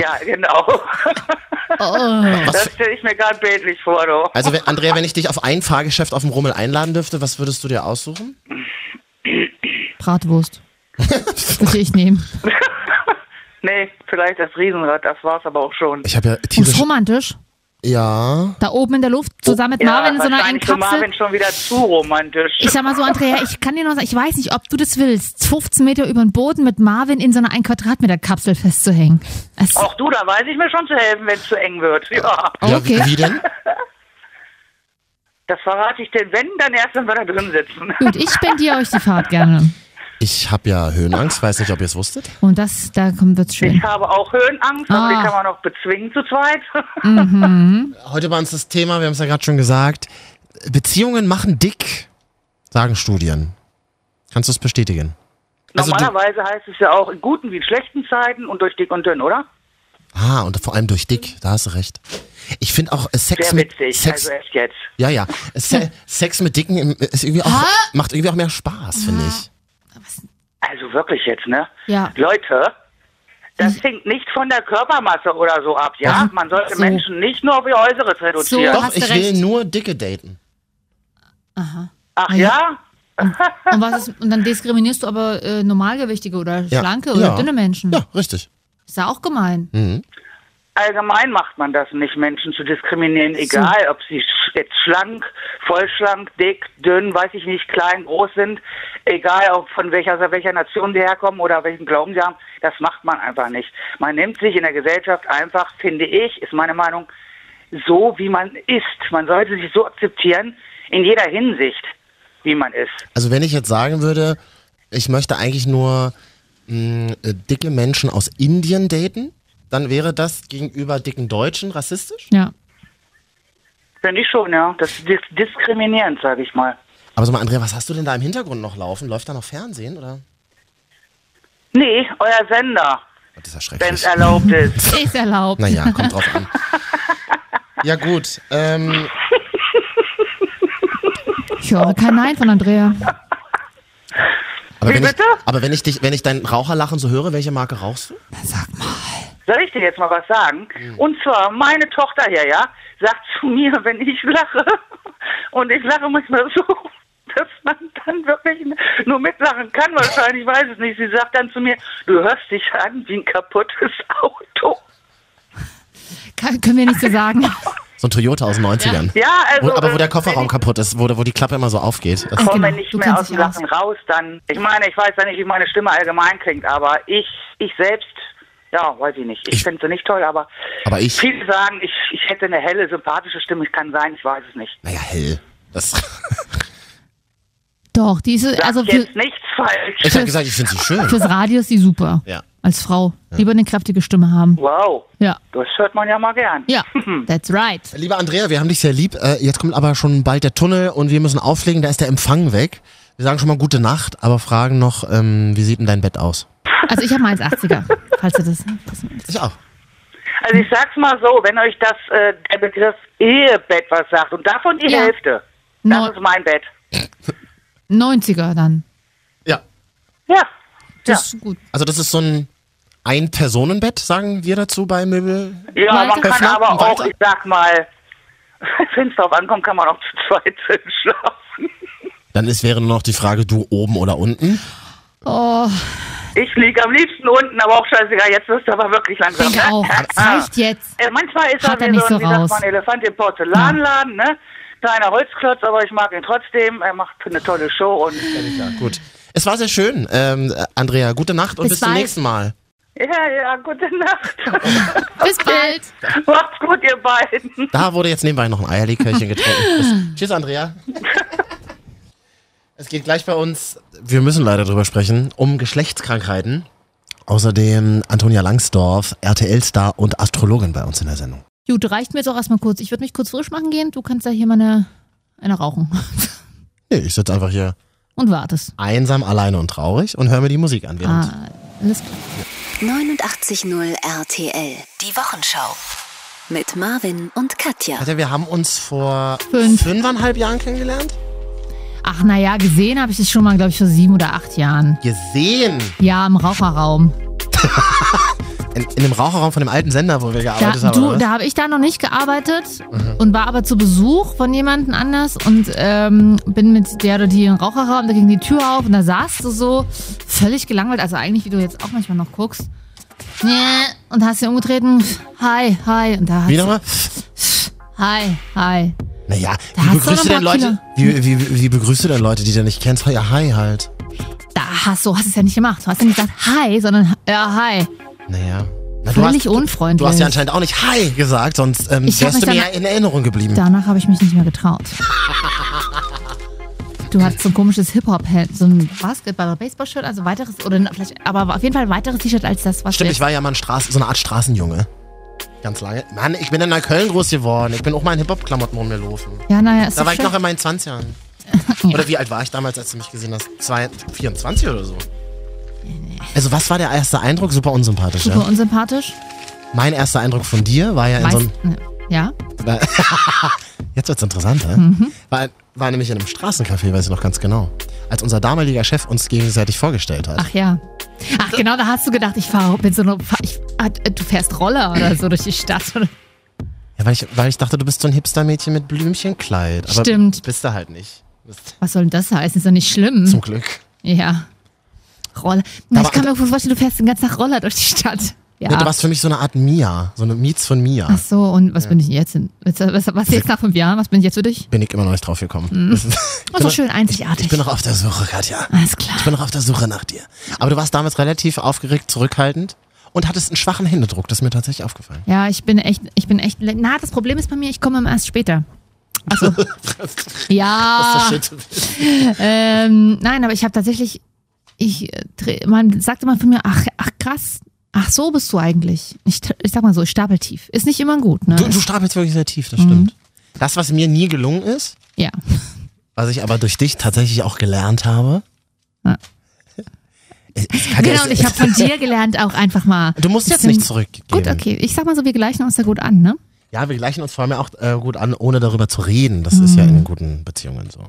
G: Ja, genau.
C: Oh.
G: Das stelle ich mir gerade bildlich vor, du.
B: also, wenn, Andrea, wenn ich dich auf ein Fahrgeschäft auf dem Rummel einladen dürfte, was würdest du dir aussuchen?
C: Bratwurst. Würde ich nehmen.
G: Nee, vielleicht das Riesenrad, das war's aber auch schon.
B: Ich habe ja
C: Und ist
B: tierisch.
C: romantisch.
B: Ja.
C: Da oben in der Luft, zusammen mit
G: Ja,
C: Marvin in so einer einen
G: wahrscheinlich für Marvin
C: Kapsel.
G: schon wieder zu romantisch.
C: Ich sag mal so, Andrea, ich kann dir noch sagen, ich weiß nicht, ob du das willst, 15 Meter über den Boden mit Marvin in so einer 1 Quadratmeter Kapsel festzuhängen. Es,
G: Auch du, da weiß ich mir schon zu helfen, wenn es zu eng wird. Ja,
B: ja wie,
C: Okay.
B: wie denn?
G: das verrate ich dir, wenn, dann erst, wenn wir da drin sitzen.
C: Gut, ich spendiere euch die Fahrt gerne.
B: Ich habe ja Höhenangst, weiß nicht, ob ihr es wusstet.
C: Und das, da kommt wird's schön.
G: Ich habe auch Höhenangst, aber die
C: Ah.
G: kann man auch bezwingen zu zweit.
B: Heute bei uns das Thema, wir haben es ja gerade schon gesagt, Beziehungen machen dick, sagen Studien. Kannst du es bestätigen? Also du-
G: Normalerweise heißt es ja auch in guten wie in schlechten Zeiten und durch dick und dünn, oder?
B: Ah, und vor allem durch dick, da hast du recht. Ich finde auch äh, Sex
G: Sehr
B: mit
G: witzig,
B: Sex,
G: also echt jetzt.
B: ja ja, Äh, Se Sex mit Dicken im- ist irgendwie auch, macht irgendwie auch mehr Spaß, finde ich.
G: Also wirklich jetzt, ne?
C: Ja.
G: Leute,
B: Hm.
G: das hängt nicht von der Körpermasse oder so ab,
B: Also,
G: ja? Man sollte
C: So.
G: Menschen nicht nur auf ihr Äußeres reduzieren.
C: So.
B: Doch,
C: hast du
B: ich
C: recht.
B: will nur Dicke daten.
G: Ach ja?
C: Und, was ist, und dann diskriminierst du aber äh, normalgewichtige oder
B: Ja.
C: schlanke
B: Ja.
C: oder dünne Menschen.
B: Ja, Hm. richtig.
C: Ist ja auch gemein.
G: Allgemein macht man das nicht, Menschen zu diskriminieren, egal ob sie sch- jetzt schlank, vollschlank, dick, dünn, weiß ich nicht, klein, groß sind, egal ob von welcher, aus welcher Nation sie herkommen oder welchen Glauben sie haben, das macht man einfach nicht. Man nimmt sich in der Gesellschaft einfach, finde ich, ist meine Meinung, so wie man ist. Man sollte sich so akzeptieren, in jeder Hinsicht, wie man ist.
B: Also wenn ich jetzt sagen würde, ich möchte eigentlich nur mh, äh, dicke Menschen aus Indien daten, dann wäre das gegenüber dicken Deutschen rassistisch?
C: Ja.
G: Finde ich schon, ja. Das ist dis- diskriminierend, sage ich mal.
B: Aber sag mal, Andrea, was hast du denn da im Hintergrund noch laufen? Läuft da noch Fernsehen oder? Oh,
G: Nee, euer Sender,
B: Das ist ja
G: wenn es
B: schrecklich.
G: erlaubt ist.
C: Ist erlaubt.
B: Naja, kommt drauf an. Ja gut, ähm,
C: Ich höre kein Nein von Andrea.
B: aber,
G: Wie
B: wenn ich,
G: bitte?
B: aber wenn ich dich, wenn ich dein Raucherlachen so höre, welche Marke rauchst du?
G: Soll ich dir jetzt mal was sagen? Und zwar, meine Tochter hier, ja, sagt zu mir, wenn ich lache, und ich lache manchmal so, dass man dann wirklich nur mitlachen kann, wahrscheinlich, ich weiß es nicht. Sie sagt dann zu mir, du hörst dich an wie ein kaputtes Auto.
C: Kann, können wir nicht so sagen.
B: So ein Toyota aus den 90ern.
G: Ja, also.
B: Wo, aber wo der
G: äh,
B: Kofferraum
G: wenn Oh.
B: kaputt ist, wo, wo die Klappe immer so aufgeht. Das,
G: Ich komme
C: Genau,
G: nicht
C: du
G: mehr
C: kennst
G: aus
C: dich
G: dem Lachen raus, dann. Ich meine, ich weiß ja nicht, wie meine Stimme allgemein klingt, aber ich, ich selbst, ja, weiß ich nicht.
B: Ich-
G: Ich finde sie nicht toll, aber
B: aber ich,
G: viele sagen, ich, ich hätte eine helle, sympathische Stimme. Ich kann sein, ich weiß es nicht.
B: naja, hell. Das,
C: Doch, die ist,
G: Sag
C: also für,
G: jetzt nichts falsch.
B: ich habe gesagt, ich finde sie schön.
C: fürs Radio ist sie super.
B: Ja.
C: Als Frau. Lieber eine kräftige Stimme haben.
G: wow,
C: Ja.
G: das hört man ja mal gern.
C: Ja, that's right.
B: Lieber Andrea, wir haben dich sehr lieb. Äh, jetzt kommt aber schon bald der Tunnel und wir müssen auflegen, da ist der Empfang weg. Wir sagen schon mal gute Nacht, aber fragen noch, ähm, wie sieht denn dein Bett aus?
C: Also ich habe mal 1,80er, falls du das wissen willst.
B: Ich auch.
G: Also ich sag's mal so, wenn euch das äh, der Begriff Ehebett was sagt und davon die
C: Ja.
G: Hälfte, das
C: Neun-
G: ist mein Bett.
C: 90er dann.
B: Ja.
G: Ja,
C: Das ist gut.
B: Also das ist so ein Ein-Personen-Bett, sagen wir dazu bei Möbel.
G: ja
C: Walter
G: man kann
B: Höfner,
G: aber auch,
B: Walter.
G: ich sag mal, wenn es drauf ankommt, kann man auch zu zweit schlafen.
B: Dann ist, wäre nur noch die Frage, du oben oder unten.
C: Oh,
G: Ich lieg am liebsten unten, aber auch scheißegal, jetzt wirst du aber wirklich langsam.
C: denke auch. Das reicht jetzt.
G: Äh, manchmal ist
C: Hat
G: er
C: er
G: wie
C: nicht so
G: so, ein- wie sagt
C: raus.
G: man, Elefant im Porzellanladen, ne? Kleiner Holzklotz, aber ich mag ihn trotzdem. Er macht eine tolle Show und
B: Gut. Es war sehr schön, ähm, Andrea. Gute Nacht und
C: Bis
B: bis, zum
C: bald.
B: nächsten Mal.
G: Ja, ja, gute Nacht.
C: Bis bald.
G: Macht's gut, ihr beiden.
B: Da wurde jetzt nebenbei noch ein Eierlikörchen getrunken. Tschüss, Andrea. Es geht gleich bei uns. Wir müssen leider drüber sprechen, um Geschlechtskrankheiten. Außerdem Antonia Langsdorf, RTL-Star und Astrologin bei uns in der Sendung.
C: Gut, reicht mir jetzt auch erstmal kurz. Ich würde mich kurz frisch machen gehen. Du kannst ja hier mal eine, eine rauchen.
B: Nee, ich sitze einfach hier
C: Und wartest.
B: einsam, alleine und traurig und höre mir die Musik an. Während
C: Ah, alles klar.
A: 89.0 RTL. Die Wochenschau. Mit Marvin und Katja.
B: Katja, wir haben uns vor
C: Fünf.
B: fünfeinhalb Jahren kennengelernt.
C: Ach naja, gesehen habe ich dich schon mal, glaube ich, vor sieben oder acht Jahren.
B: Gesehen.
C: Ja, im Raucherraum.
B: In, in dem Raucherraum von dem alten Sender, wo wir
C: Da,
B: gearbeitet haben. oder
C: du,
B: was?
C: da habe ich da noch nicht gearbeitet
B: Mhm.
C: und war aber zu Besuch von jemandem anders und ähm, bin mit der oder die in den Raucherraum, da ging die Tür auf und da saß du so völlig gelangweilt, also eigentlich, wie du jetzt auch manchmal noch guckst. Nee, Und hast dir umgetreten, hi, hi. Und da hast
B: Wie
C: du-
B: nochmal?
C: Hi, hi.
B: Naja,
C: Da
B: wie
C: hast du
B: begrüßt du
C: noch
B: denn
C: mal
B: Leute? Wie, wie, wie, wie begrüßt du denn Leute, die du nicht kennst? Ja, hi halt.
C: Da hast du hast es ja nicht gemacht. Du hast ja nicht gesagt, hi, sondern ja, hi.
B: Naja. Na,
C: Völlig
B: du, hast,
C: unfreundlich.
B: du hast ja anscheinend auch nicht hi gesagt, sonst ähm,
C: Ich hab
B: wärst
C: mich
B: du mir ja
C: danach-
B: in Erinnerung geblieben.
C: Danach habe ich mich nicht mehr getraut. Du hattest so ein komisches Hip-Hop-Hemd, so ein Basketball- oder Baseball-Shirt, also weiteres, oder vielleicht, aber auf jeden Fall ein weiteres T-Shirt als das, was
B: Stimmt,
C: du
B: ich war ja mal ein Straß so eine Art Straßenjunge. Ganz lange. Mann, ich bin in Neukölln groß geworden. Ich bin auch mal in Hip-Hop-Klamotten rumgelaufen.
C: Ja, naja, ist
B: Da
C: doch
B: war ich
C: schön.
B: noch in meinen 20ern. Oder wie alt war ich damals, als du mich gesehen hast? Zwei, 24 oder so. Also was war der erste Eindruck? Super unsympathisch,
C: super
B: ja?
C: unsympathisch.
B: Mein erster Eindruck von dir war ja in so einem.
C: Meist, ja?
B: War, jetzt wird's interessant, hä?
C: Mhm.
B: War, war nämlich in einem Straßencafé, weiß ich noch ganz genau. Als unser damaliger Chef uns gegenseitig vorgestellt hat.
C: Ach ja. Ach genau, da hast du gedacht, ich fahre mit so einer. Fa- Ich, ah, du fährst Roller oder so durch die Stadt. Oder?
B: Ja, weil ich, weil ich dachte, du bist so ein Hipster-Mädchen mit Blümchenkleid. Aber
C: Stimmt. Hm.
B: Bist du halt nicht. Bist,
C: Was soll denn das heißen? Ist doch nicht schlimm.
B: zum Glück.
C: ja. Roller. Na,
B: Aber-
C: ich kann mir vorstellen, du fährst den ganzen Tag Roller durch die Stadt. Ja.
B: Nee, du warst für mich so eine Art Mia. So eine Miets von Mia.
C: Ach so, und was bin ich denn jetzt? hin? Was, was, was jetzt nach fünf Jahren? Was bin ich jetzt für dich?
B: Bin ich immer noch nicht drauf gekommen. Das ist-
C: Oh, so schön einzigartig.
B: Ich bin noch auf der Suche, Katja.
C: Alles klar.
B: Ich bin noch auf der Suche nach dir. Aber du warst damals relativ aufgeregt, zurückhaltend und hattest einen schwachen Händedruck. Das ist mir tatsächlich aufgefallen.
C: Ja, ich bin echt, ich bin echt. le- Na, das Problem ist bei mir, ich komme erst später. Achso. ja. Ähm, nein, aber ich habe tatsächlich, ich, äh, dreh- man sagt immer von mir, ach, ach krass, ach so bist du eigentlich. Ich, t- ich sag mal so, ich stapel tief. Ist nicht immer gut, ne?
B: Du, du stapelst wirklich sehr tief, das stimmt.
C: Mhm.
B: Das, was mir nie gelungen ist,
C: ja.
B: was ich aber durch dich tatsächlich auch gelernt habe.
C: Ja.
B: Es- es- Katja,
C: Genau,
B: es-
C: und ich habe von dir gelernt, auch einfach mal.
B: Du musst jetzt
C: Stimmt.
B: nicht zurückgeben.
C: Gut, okay. Ich sag mal so, wir gleichen uns da gut an, ne?
B: Ja, wir gleichen uns vor allem auch äh, gut an, ohne darüber zu reden. Das
C: Mhm.
B: ist ja in guten Beziehungen so.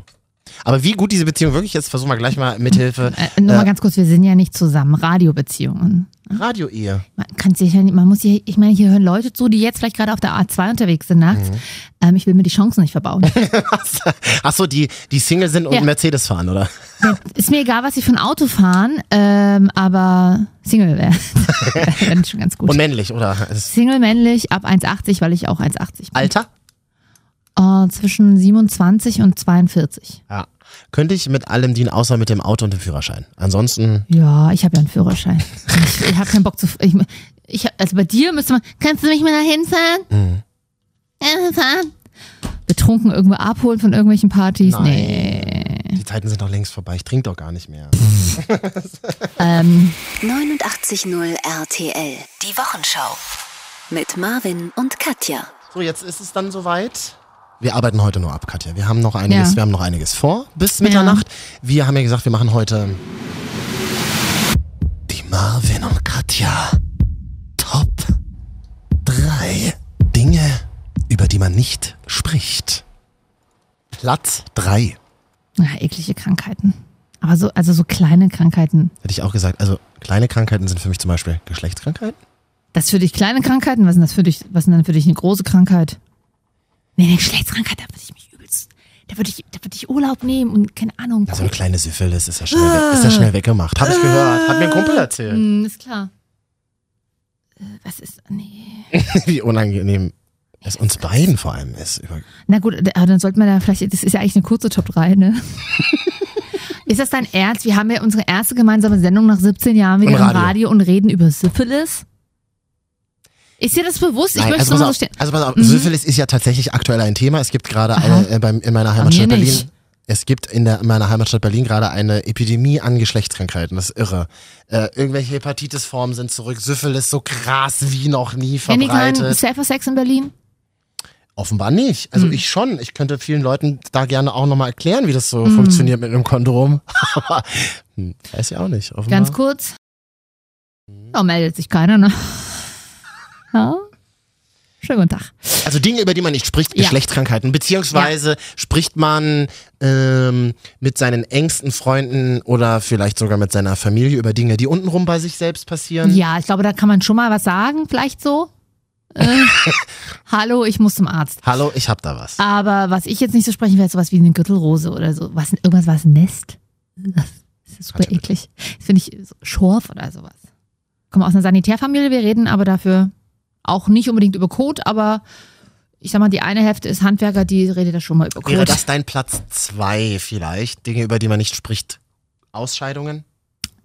B: Aber wie gut diese Beziehung wirklich ist, versuchen wir gleich mal mithilfe
C: Äh, nur mal ganz kurz, wir sind ja nicht zusammen. Radiobeziehungen.
B: Radio-Ehe.
C: Man kann sich ja nicht, man muss hier, ich meine, hier hören Leute zu, die jetzt vielleicht gerade auf der A2 unterwegs sind nachts. Ähm, ich will mir die Chancen nicht verbauen.
B: Achso, die, die Single sind und
C: Ja.
B: Mercedes fahren, oder?
C: Ist mir egal, was sie für ein Auto fahren, ähm, aber Single wäre wär schon ganz gut.
B: Und männlich, oder? Ist
C: Single männlich ab 1,80, weil ich auch 1,80 bin.
B: Alter?
C: Äh, zwischen 27 und 42.
B: Ja. Könnte ich mit allem dienen, außer mit dem Auto und dem Führerschein. Ansonsten,
C: Ja, ich habe ja einen Führerschein. Ich, ich habe keinen Bock zu. Ich, ich, hab- also bei dir müsste man. Kannst du mich mal dahin fahren?
B: Mhm.
C: Äh, fahren? Betrunken irgendwo abholen von irgendwelchen Partys?
B: Nein.
C: Nee.
B: die Zeiten sind doch längst vorbei. Ich trinke doch gar nicht mehr.
C: Ähm,
A: 89.0 RTL. Die Wochenschau. Mit Marvin und Katja.
B: So, jetzt ist es dann soweit. Wir arbeiten heute nur ab, Katja. Wir haben noch einiges,
C: Ja.
B: wir haben noch einiges vor bis Mitternacht. Wir haben ja gesagt, wir machen heute die Marvin und Katja Top drei Dinge, über die man nicht spricht. Platz drei.
C: na, eklige Krankheiten. Aber so, also so kleine Krankheiten.
B: Hätte ich auch gesagt. Also kleine Krankheiten sind für mich zum Beispiel Geschlechtskrankheiten.
C: Das für dich kleine Krankheiten? Was sind das für dich? Was sind dann für dich eine große Krankheit? Nee, eine Geschlechtskrankheit, da würde ich mich übelst. Da würde ich, da würde ich Urlaub nehmen und keine Ahnung.
B: Also eine kleine Syphilis ist ja schnell, weg, ist ja schnell weggemacht. Habe ich gehört. Hat mir ein Kumpel erzählt.
C: Hm, ist klar. Äh, Was ist. Nee.
B: Wie unangenehm es uns beiden vor allem ist. Über
C: Na gut, da- aber dann sollte man da vielleicht. Das ist ja eigentlich eine kurze Top 3, ne? ist das dein Ernst? Wir haben ja unsere erste gemeinsame Sendung nach 17 Jahren wieder
B: Im
C: im Radio,
B: Radio.
C: und reden über Syphilis. Ist dir das bewusst? ich möchte
B: pass
C: es nochmal so
B: auf,
C: stehen.
B: Also pass auf, Syphilis ist ja tatsächlich aktuell ein Thema. Es gibt gerade eine äh, beim, in meiner Heimatstadt
C: mir
B: Berlin.
C: nicht.
B: Es gibt in, der, in meiner Heimatstadt Berlin gerade eine Epidemie an Geschlechtskrankheiten. Das ist irre. Äh, irgendwelche Hepatitisformen sind zurück. Syphilis so krass wie noch nie
C: Kenny Klein,
B: verbreitet.
C: Safer Sex in Berlin?
B: Offenbar nicht. Also
C: Hm.
B: ich schon. Ich könnte vielen Leuten da gerne auch nochmal erklären, wie das so
C: Hm.
B: funktioniert mit einem Kondom. Aber hm, weiß ich auch nicht. Offenbar.
C: Ganz kurz.
B: Mhm.
C: Oh, meldet sich keiner, ne? Ja. Schönen guten Tag.
B: Also Dinge, über die man nicht spricht,
C: Ja.
B: Geschlechtskrankheiten. Beziehungsweise spricht man ähm, mit seinen engsten Freunden oder vielleicht sogar mit seiner Familie über Dinge, die untenrum bei sich selbst passieren.
C: Ja, ich glaube, da kann man schon mal was sagen, vielleicht so. Äh, Hallo, ich muss zum Arzt.
B: Hallo, ich hab da was.
C: Aber was ich jetzt nicht so sprechen werde, ist sowas wie eine Gürtelrose oder so. Was, irgendwas, was Nest. Das ist super
B: Warte, bitte.
C: eklig. Das finde ich so Schorf oder sowas. Kommen aus einer Sanitärfamilie, wir reden aber dafür auch nicht unbedingt über Kot, aber ich sag mal, die eine Hälfte ist Handwerker, die redet da schon mal über Kot.
B: Wäre das dein Platz zwei vielleicht? Dinge, über die man nicht spricht. Ausscheidungen?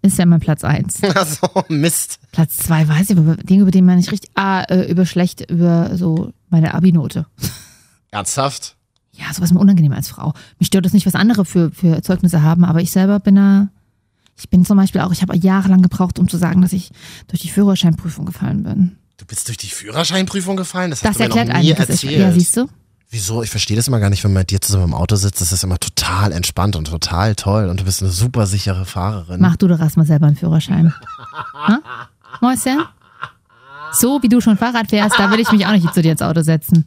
C: ist ja mein Platz eins.
B: Also Mist.
C: Platz zwei weiß ich, aber Dinge, über die man nicht richtig. Ah, äh, über schlecht, über so meine Abi-Note.
B: Ernsthaft?
C: Ja, sowas ist mir unangenehm als Frau. Mich stört das nicht, was andere für, für Zeugnisse haben, aber ich selber bin da. Ich bin zum Beispiel auch, ich habe jahrelang gebraucht, um zu sagen, dass ich durch die Führerscheinprüfung gefallen bin.
B: Du bist durch die Führerscheinprüfung gefallen? Das,
C: Das
B: hast du mir
C: erklärt
B: noch nie
C: einiges. Ich-
B: erzählt.
C: Ja, siehst du?
B: Wieso? Ich verstehe das immer gar nicht, wenn man mit dir zusammen im Auto sitzt. Das ist immer total entspannt und total toll. Und du bist eine super sichere Fahrerin.
C: Mach du doch erstmal selber einen Führerschein. Ha? Mäuschen? So wie du schon Fahrrad fährst, da will ich mich auch nicht zu dir ins Auto setzen.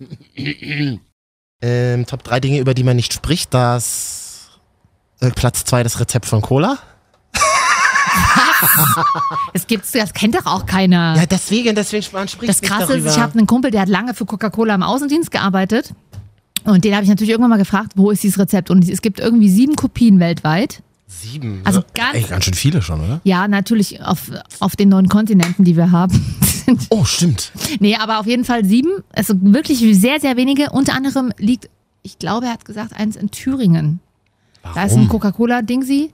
B: Ähm, Top 3 Dinge, über die man nicht spricht, das äh, Platz 2 das Rezept von Cola.
C: Es gibt's, das kennt doch auch keiner.
B: Ja, deswegen, deswegen man spricht
C: Das
B: nicht
C: Krasse
B: darüber.
C: ist, ich habe einen Kumpel, der hat lange für Coca-Cola im Außendienst gearbeitet. Und den habe ich natürlich irgendwann mal gefragt, wo ist dieses Rezept? Und es gibt irgendwie sieben Kopien weltweit.
B: Sieben.
C: Also
B: Ja,
C: ganz-
B: Ey, ganz schön viele schon, oder?
C: Ja, natürlich auf, auf den neuen Kontinenten, die wir haben.
B: Oh, stimmt.
C: nee, aber auf jeden Fall sieben. Also wirklich sehr, sehr wenige. Unter anderem liegt, ich glaube, er hat gesagt, eins in Thüringen. Da ist ein Coca-Cola-Dingsi.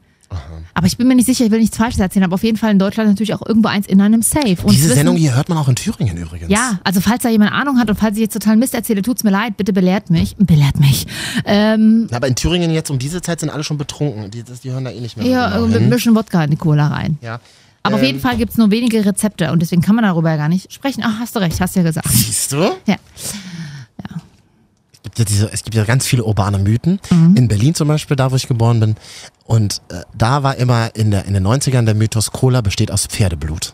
C: Aber ich bin mir nicht sicher, ich will nichts Falsches erzählen. Aber auf jeden Fall in Deutschland natürlich auch irgendwo eins in einem Safe. Und
B: Diese
C: wissen-
B: Sendung hier hört man auch in Thüringen übrigens.
C: Ja, also falls da jemand Ahnung hat und falls ich jetzt total Mist erzähle, tut's mir leid, bitte belehrt mich. Belehrt mich. Ähm,
B: Aber in Thüringen jetzt um diese Zeit sind alle schon betrunken. Die, das- die hören da eh nicht mehr.
C: hier
B: genau
C: äh, mit ein
B: hin.
C: bisschen Wodka in die Cola rein.
B: ja. Ähm,
C: Aber auf jeden Fall gibt's nur wenige Rezepte und deswegen kann man darüber gar nicht sprechen. Ach, hast du recht, hast ja gesagt.
B: Siehst du?
C: Ja.
B: Es gibt ja, diese, es gibt ja ganz viele urbane Mythen.
C: Mhm.
B: In Berlin zum Beispiel, da wo ich geboren bin. Und äh, da war immer in, der, in den 90ern der Mythos, Cola besteht aus Pferdeblut.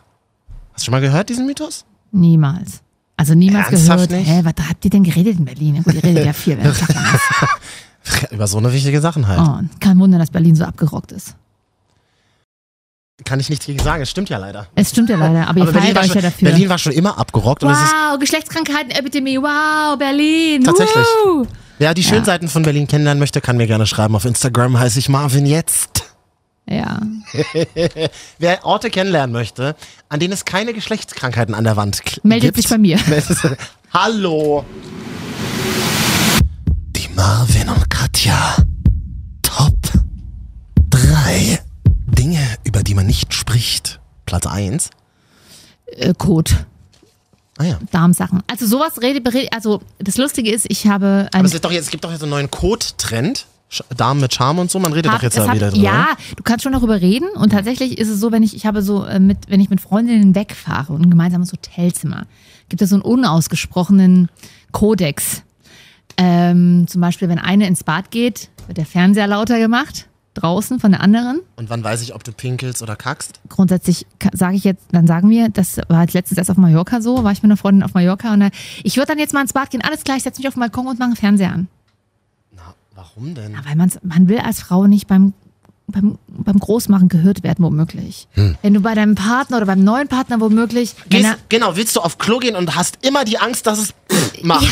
B: Hast du schon mal gehört, diesen Mythos?
C: Niemals. Also niemals
B: Ernsthaft
C: gehört.
B: nicht?
C: Hä, was da habt ihr denn geredet in Berlin? Ja, Gut, ihr redet ja viel. wenn ich sag mal.
B: Über so eine wichtige Sachen halt.
C: Oh, kein Wunder, dass Berlin so abgerockt ist. Oh.
B: Kann ich nichts gegen sagen, es stimmt ja leider.
C: Es stimmt ja leider, aber ihr
B: Berlin
C: feiert
B: war,
C: euch
B: schon,
C: ja dafür.
B: Berlin war schon immer abgerockt. Und es ist,
C: wow, Geschlechtskrankheiten-Epidemie. Wow, Berlin.
B: Tatsächlich.
C: Wow.
B: wer die schönen Seiten von Berlin kennenlernen möchte, kann mir gerne schreiben. Auf Instagram heiße ich Marvin jetzt.
C: Ja.
B: Wer Orte kennenlernen möchte, an denen es keine Geschlechtskrankheiten an der Wand kl-
C: Meldet
B: gibt.
C: sich bei mir.
B: Hallo. Die Marvin und Katja. Top 3 Dinge, über die man nicht spricht. Platz 1.
C: Äh, Code.
B: Ah ja.
C: Darmsachen. Also sowas rede, bere- also das Lustige ist, ich habe
B: Aber
C: ein
B: es, ist doch jetzt, es gibt doch jetzt einen neuen Code-Trend. Sch- Damen mit Charme und so. Man redet
C: hab-
B: doch jetzt
C: es
B: da
C: hat-
B: wieder Hm. drüber.
C: Ja, du kannst schon darüber reden und tatsächlich ist es so, wenn ich ich habe so äh, mit wenn ich mit Freundinnen wegfahre und ein gemeinsames Hotelzimmer, gibt es so einen unausgesprochenen Kodex. Ähm, zum Beispiel, wenn eine ins Bad geht, wird der Fernseher lauter gemacht draußen von der anderen.
B: Und wann weiß ich, ob du pinkelst oder kackst?
C: grundsätzlich sage ich jetzt, dann sagen wir, das war jetzt letztens erst auf Mallorca so, war ich mit einer Freundin auf Mallorca und da, ich würde dann jetzt mal ins Bad gehen, alles gleich, setz mich auf den Balkon und mache einen Fernseher an.
B: Na, warum denn?
C: Ja, weil man's, man will als Frau nicht beim, beim, beim Großmachen gehört werden, womöglich. Wenn du bei deinem Partner oder beim neuen Partner womöglich, wenn
B: Hm. Gehst,
C: er
B: genau, willst du auf Klo gehen und hast immer die Angst, dass es macht.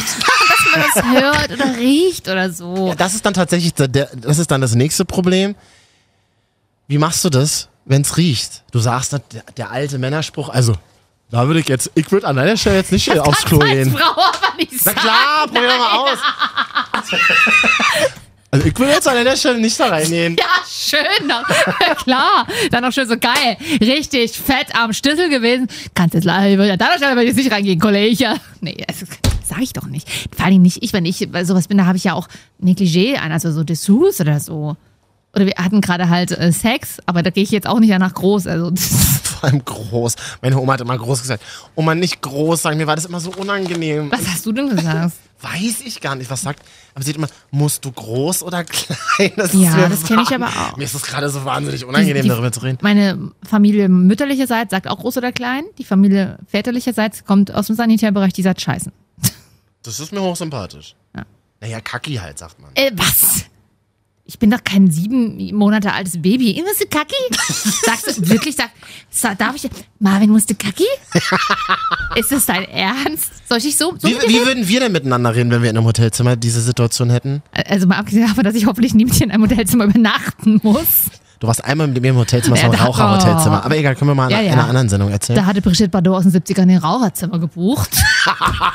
C: das hört oder riecht oder so.
B: Das ist dann tatsächlich, der- der, das ist dann das nächste Problem. Wie machst du das, wenn es riecht? Du sagst, der, der alte Männerspruch, also, da würde ich jetzt, ich würde an deiner Stelle jetzt nicht aufs Klo
C: Als
B: gehen.
C: Frau aber nicht
B: Na
C: sagen.
B: klar, probier doch mal aus. Also, ich würde jetzt an deiner Stelle nicht da reingehen.
C: Ja, schön. Noch. Ja, klar. Dann noch schön so geil. Richtig fett am Schlüssel gewesen. Kannst jetzt leider, da will ich jetzt nicht reingehen, Kollege. Nee, das sag ich doch nicht. Vor allem nicht ich, wenn ich bei sowas bin, da habe ich ja auch Negligé an, also so Dessous oder so. Oder wir hatten gerade halt äh, Sex, aber da gehe ich jetzt auch nicht danach groß. Also,
B: Vor allem groß. Meine Oma hat immer groß gesagt. Oma nicht groß sagen, mir war das immer so unangenehm.
C: was hast du denn gesagt?
B: Weiß ich gar nicht, was sagt. Aber sie hat immer, musst du groß oder klein? Das
C: Ja,
B: mir
C: das kenn ich
B: wahn-
C: aber auch.
B: Mir ist das gerade so wahnsinnig unangenehm,
C: Die- die-
B: darüber zu reden.
C: Meine Familie mütterlicherseits sagt auch groß oder klein. Die Familie väterlicherseits kommt aus dem Sanitärbereich, die sagt scheißen.
B: Das ist mir hochsympathisch.
C: Ja.
B: Naja, Kacki halt, sagt man.
C: Äh, was? Ich bin doch kein sieben Monate altes Baby. Äh, Bist du kacki? Sagst du wirklich, sag, sa- darf ich, Marvin, musst du kacki? Ist das dein Ernst? Soll ich so, so
B: Wie,
C: mit dir
B: wie
C: reden?
B: würden wir denn miteinander reden, wenn wir in einem Hotelzimmer diese Situation hätten?
C: Also mal abgesehen davon, dass ich hoffentlich nie mit dir in einem Hotelzimmer übernachten muss.
B: Du warst einmal mit mir im Hotelzimmer, es
C: Ja,
B: war ein
C: da- oh.
B: Raucherhotelzimmer. Aber egal, können wir mal in
C: Ja, ja.
B: einer anderen Sendung erzählen.
C: Da hatte Brigitte Bardot aus den 70ern ein Raucherzimmer gebucht.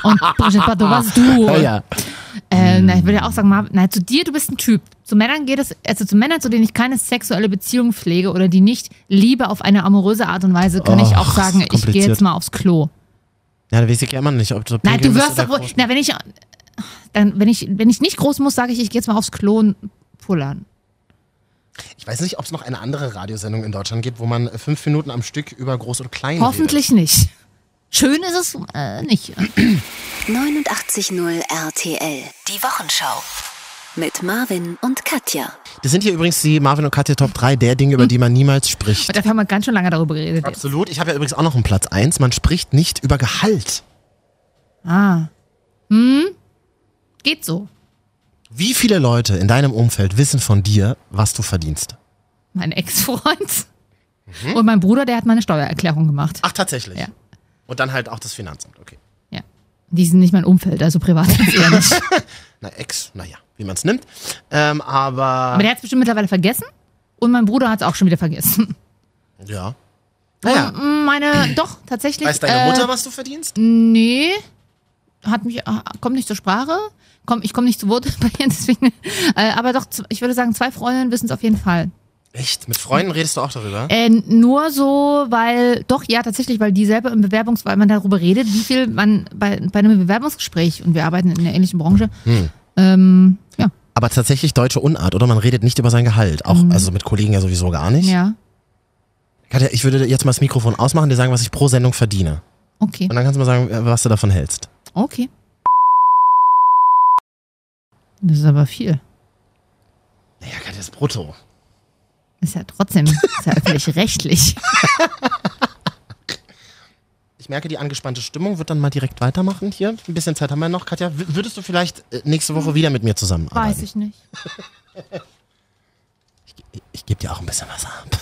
C: Und Brigitte Bardot warst du.
B: Oh ja.
C: Äh, na, ich würde ja auch sagen, Marvin, na, zu dir, du bist ein Typ. Zu Männern geht es, also zu Männern, zu denen ich keine sexuelle Beziehung pflege oder die nicht liebe auf eine amoröse Art und Weise, kann ich
B: Och,
C: auch sagen, ich gehe
B: kompliziert.
C: jetzt mal aufs Klo.
B: Ja, da weiß ich ja immer nicht, ob du
C: Nein,
B: pinkeln
C: du
B: bist
C: wirst doch
B: oder
C: wohl,
B: groß.
C: na, wenn ich, dann, wenn ich, wenn ich nicht groß muss, sage ich, ich gehe jetzt mal aufs Klo und pullern.
B: Ich weiß nicht, ob es noch eine andere Radiosendung in Deutschland gibt, wo man äh, fünf Minuten am Stück über groß und klein
C: Hoffentlich nicht. Schön ist es äh, nicht.
A: 89.0 RTL. Die Wochenschau.
B: redet.
A: Mit Marvin und Katja.
B: Das sind hier übrigens die Marvin und Katja Top 3 der Dinge,
C: Hm.
B: über die man niemals spricht.
C: Und dafür haben wir ganz schön lange darüber geredet. jetzt.
B: Absolut. Ich habe ja übrigens auch noch einen Platz 1. Man spricht nicht über Gehalt.
C: Ah. Hm? Geht so.
B: Wie viele Leute in deinem Umfeld wissen von dir, was du verdienst?
C: Mein Ex-Freund. Und mein Bruder, der hat meine Steuererklärung gemacht.
B: Ach, tatsächlich.
C: Ja.
B: Und dann halt auch das Finanzamt, okay.
C: Ja. Die sind nicht mein Umfeld, also privat ist eher nicht.
B: Na, Ex, naja, wie man es nimmt. Ähm, aber,
C: Aber der hat es bestimmt mittlerweile vergessen. Und mein Bruder hat es auch schon wieder vergessen.
B: ja. Naja,
C: Mm, Meine, doch, tatsächlich.
B: weiß deine Mutter,
C: äh,
B: was du verdienst?
C: Nee. Hat mich, ah, kommt nicht zur Sprache. Komm, ich komme nicht zu Wort bei ihr, deswegen. Äh, aber doch, z- ich würde sagen, zwei Freundinnen wissen es auf jeden Fall.
B: Echt? Mit Freunden redest du auch darüber?
C: Äh, nur so, weil, doch, ja, tatsächlich, weil die selber im Bewerbungs, weil man darüber redet, wie viel man bei, bei einem Bewerbungsgespräch, und wir arbeiten in einer ähnlichen Branche,
B: Hm.
C: ähm, ja,
B: Aber tatsächlich deutsche Unart, oder? Man redet nicht über sein Gehalt. Auch, also mit Kollegen ja sowieso gar nicht.
C: Mhm. ja,
B: Katja, ich würde jetzt mal das Mikrofon ausmachen, dir sagen, was ich pro Sendung verdiene.
C: okay,
B: Und dann kannst du mal sagen, äh, was du davon hältst.
C: okay. Das ist aber viel.
B: Naja, Katja, ist brutto.
C: Ist ja trotzdem, ist ja öffentlich-rechtlich.
B: Ich merke die angespannte Stimmung, wird dann mal direkt weitermachen hier. Ein bisschen Zeit haben wir noch. Katja, w- würdest du vielleicht äh, nächste Woche wieder mit mir zusammenarbeiten?
C: Mhm. Weiß ich nicht.
B: Ich, ich gebe dir auch ein bisschen was ab.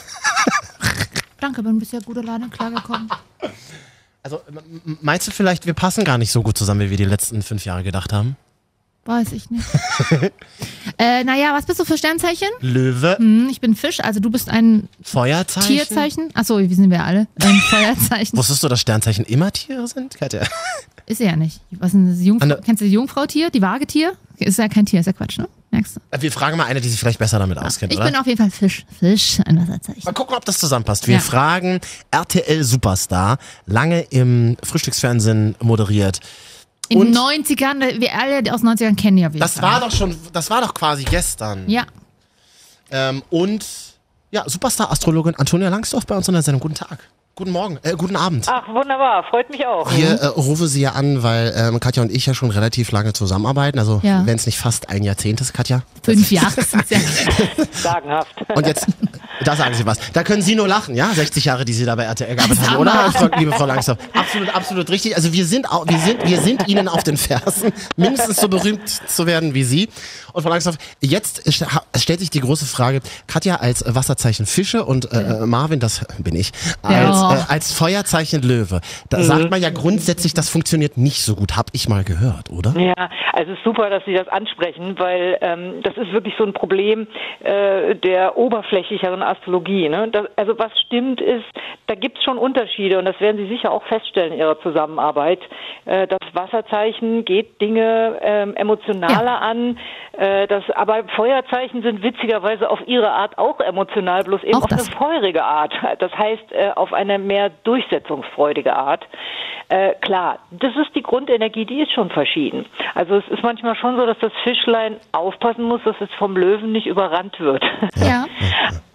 C: Danke, bin bisher guter Laune klargekommen.
B: Also m- m- meinst du vielleicht, wir passen gar nicht so gut zusammen, wie wir die letzten fünf Jahre gedacht haben?
C: Weiß ich nicht. äh, naja, was bist du für Sternzeichen?
B: Löwe,
C: Hm, ich bin Fisch, also du bist ein
B: Feuerzeichen.
C: Tierzeichen. Achso, wie sind wir alle? Ähm, Feuerzeichen.
B: Wusstest du, dass Sternzeichen immer Tiere sind, Katja?
C: Ist er ja nicht. Was ist denn das Jungfrau?
B: Anne-
C: Kennst du die Jungfrau-Tier? Die Waage-Tier? Ist ja kein Tier, ist ja Quatsch, ne? Merkst du?
B: Wir fragen mal eine, die sich vielleicht besser damit auskennt,
C: ich
B: oder?
C: bin auf jeden Fall Fisch. Fisch, ein Wasserzeichen.
B: Mal gucken, ob das zusammenpasst. Wir
C: Ja.
B: fragen RTL-Superstar, lange im Frühstücksfernsehen moderiert.
C: In
B: Und-
C: den 90ern, äh, wir alle aus den 90ern kennen ja wir.
B: Das war doch schon, das war doch quasi gestern.
C: Ja.
B: Ähm, und ja, Superstar-Astrologin Antonia Langsdorf bei uns in der Sendung. Guten Tag. Guten Morgen, äh, guten Abend.
G: Ach, wunderbar, freut mich auch.
B: Wir äh, rufen sie ja an, weil ähm, Katja und ich ja schon relativ lange zusammenarbeiten. Also
C: Ja.
B: wenn es nicht fast ein Jahrzehnt ist, Katja.
C: Fünf Jahre sind's ja.
G: Sagenhaft.
B: Und jetzt, da sagen Sie was. Da können Sie nur lachen, ja? 60 Jahre, die Sie da bei RTL gearbeitet haben, oder? Frau, liebe Frau Langsdorff. Absolut, absolut richtig. Also wir sind, au- wir sind, wir sind Ihnen auf den Fersen, mindestens so berühmt zu werden wie Sie. Und Frau Langsdorff, jetzt st- ha- stellt sich die große Frage, Katja als äh, Wasserzeichen Fische und äh, äh, Marvin, das bin ich, als,
C: Ja.
B: äh, als Feuerzeichen Löwe. Da sagt man ja grundsätzlich, das funktioniert nicht so gut. Hab ich mal gehört, oder?
H: Ja, also es ist super, dass Sie das ansprechen, weil ähm, das ist wirklich so ein Problem äh, der oberflächlicheren Astrologie. Ne? Das, also was stimmt ist, da gibt es schon Unterschiede und das werden Sie sicher auch feststellen in Ihrer Zusammenarbeit. Äh, das Wasserzeichen geht Dinge ähm, emotionaler an, äh, das, aber Feuerzeichen sind witzigerweise auf ihre Art auch emotional, bloß eben
C: Auch
H: auf
C: das.
H: eine feurige Art. Das heißt, äh, auf eine mehr durchsetzungsfreudige Art. Äh, klar, das ist die Grundenergie, die ist schon verschieden. Also es ist manchmal schon so, dass das Fischlein aufpassen muss, dass es vom Löwen nicht überrannt wird.
C: ja.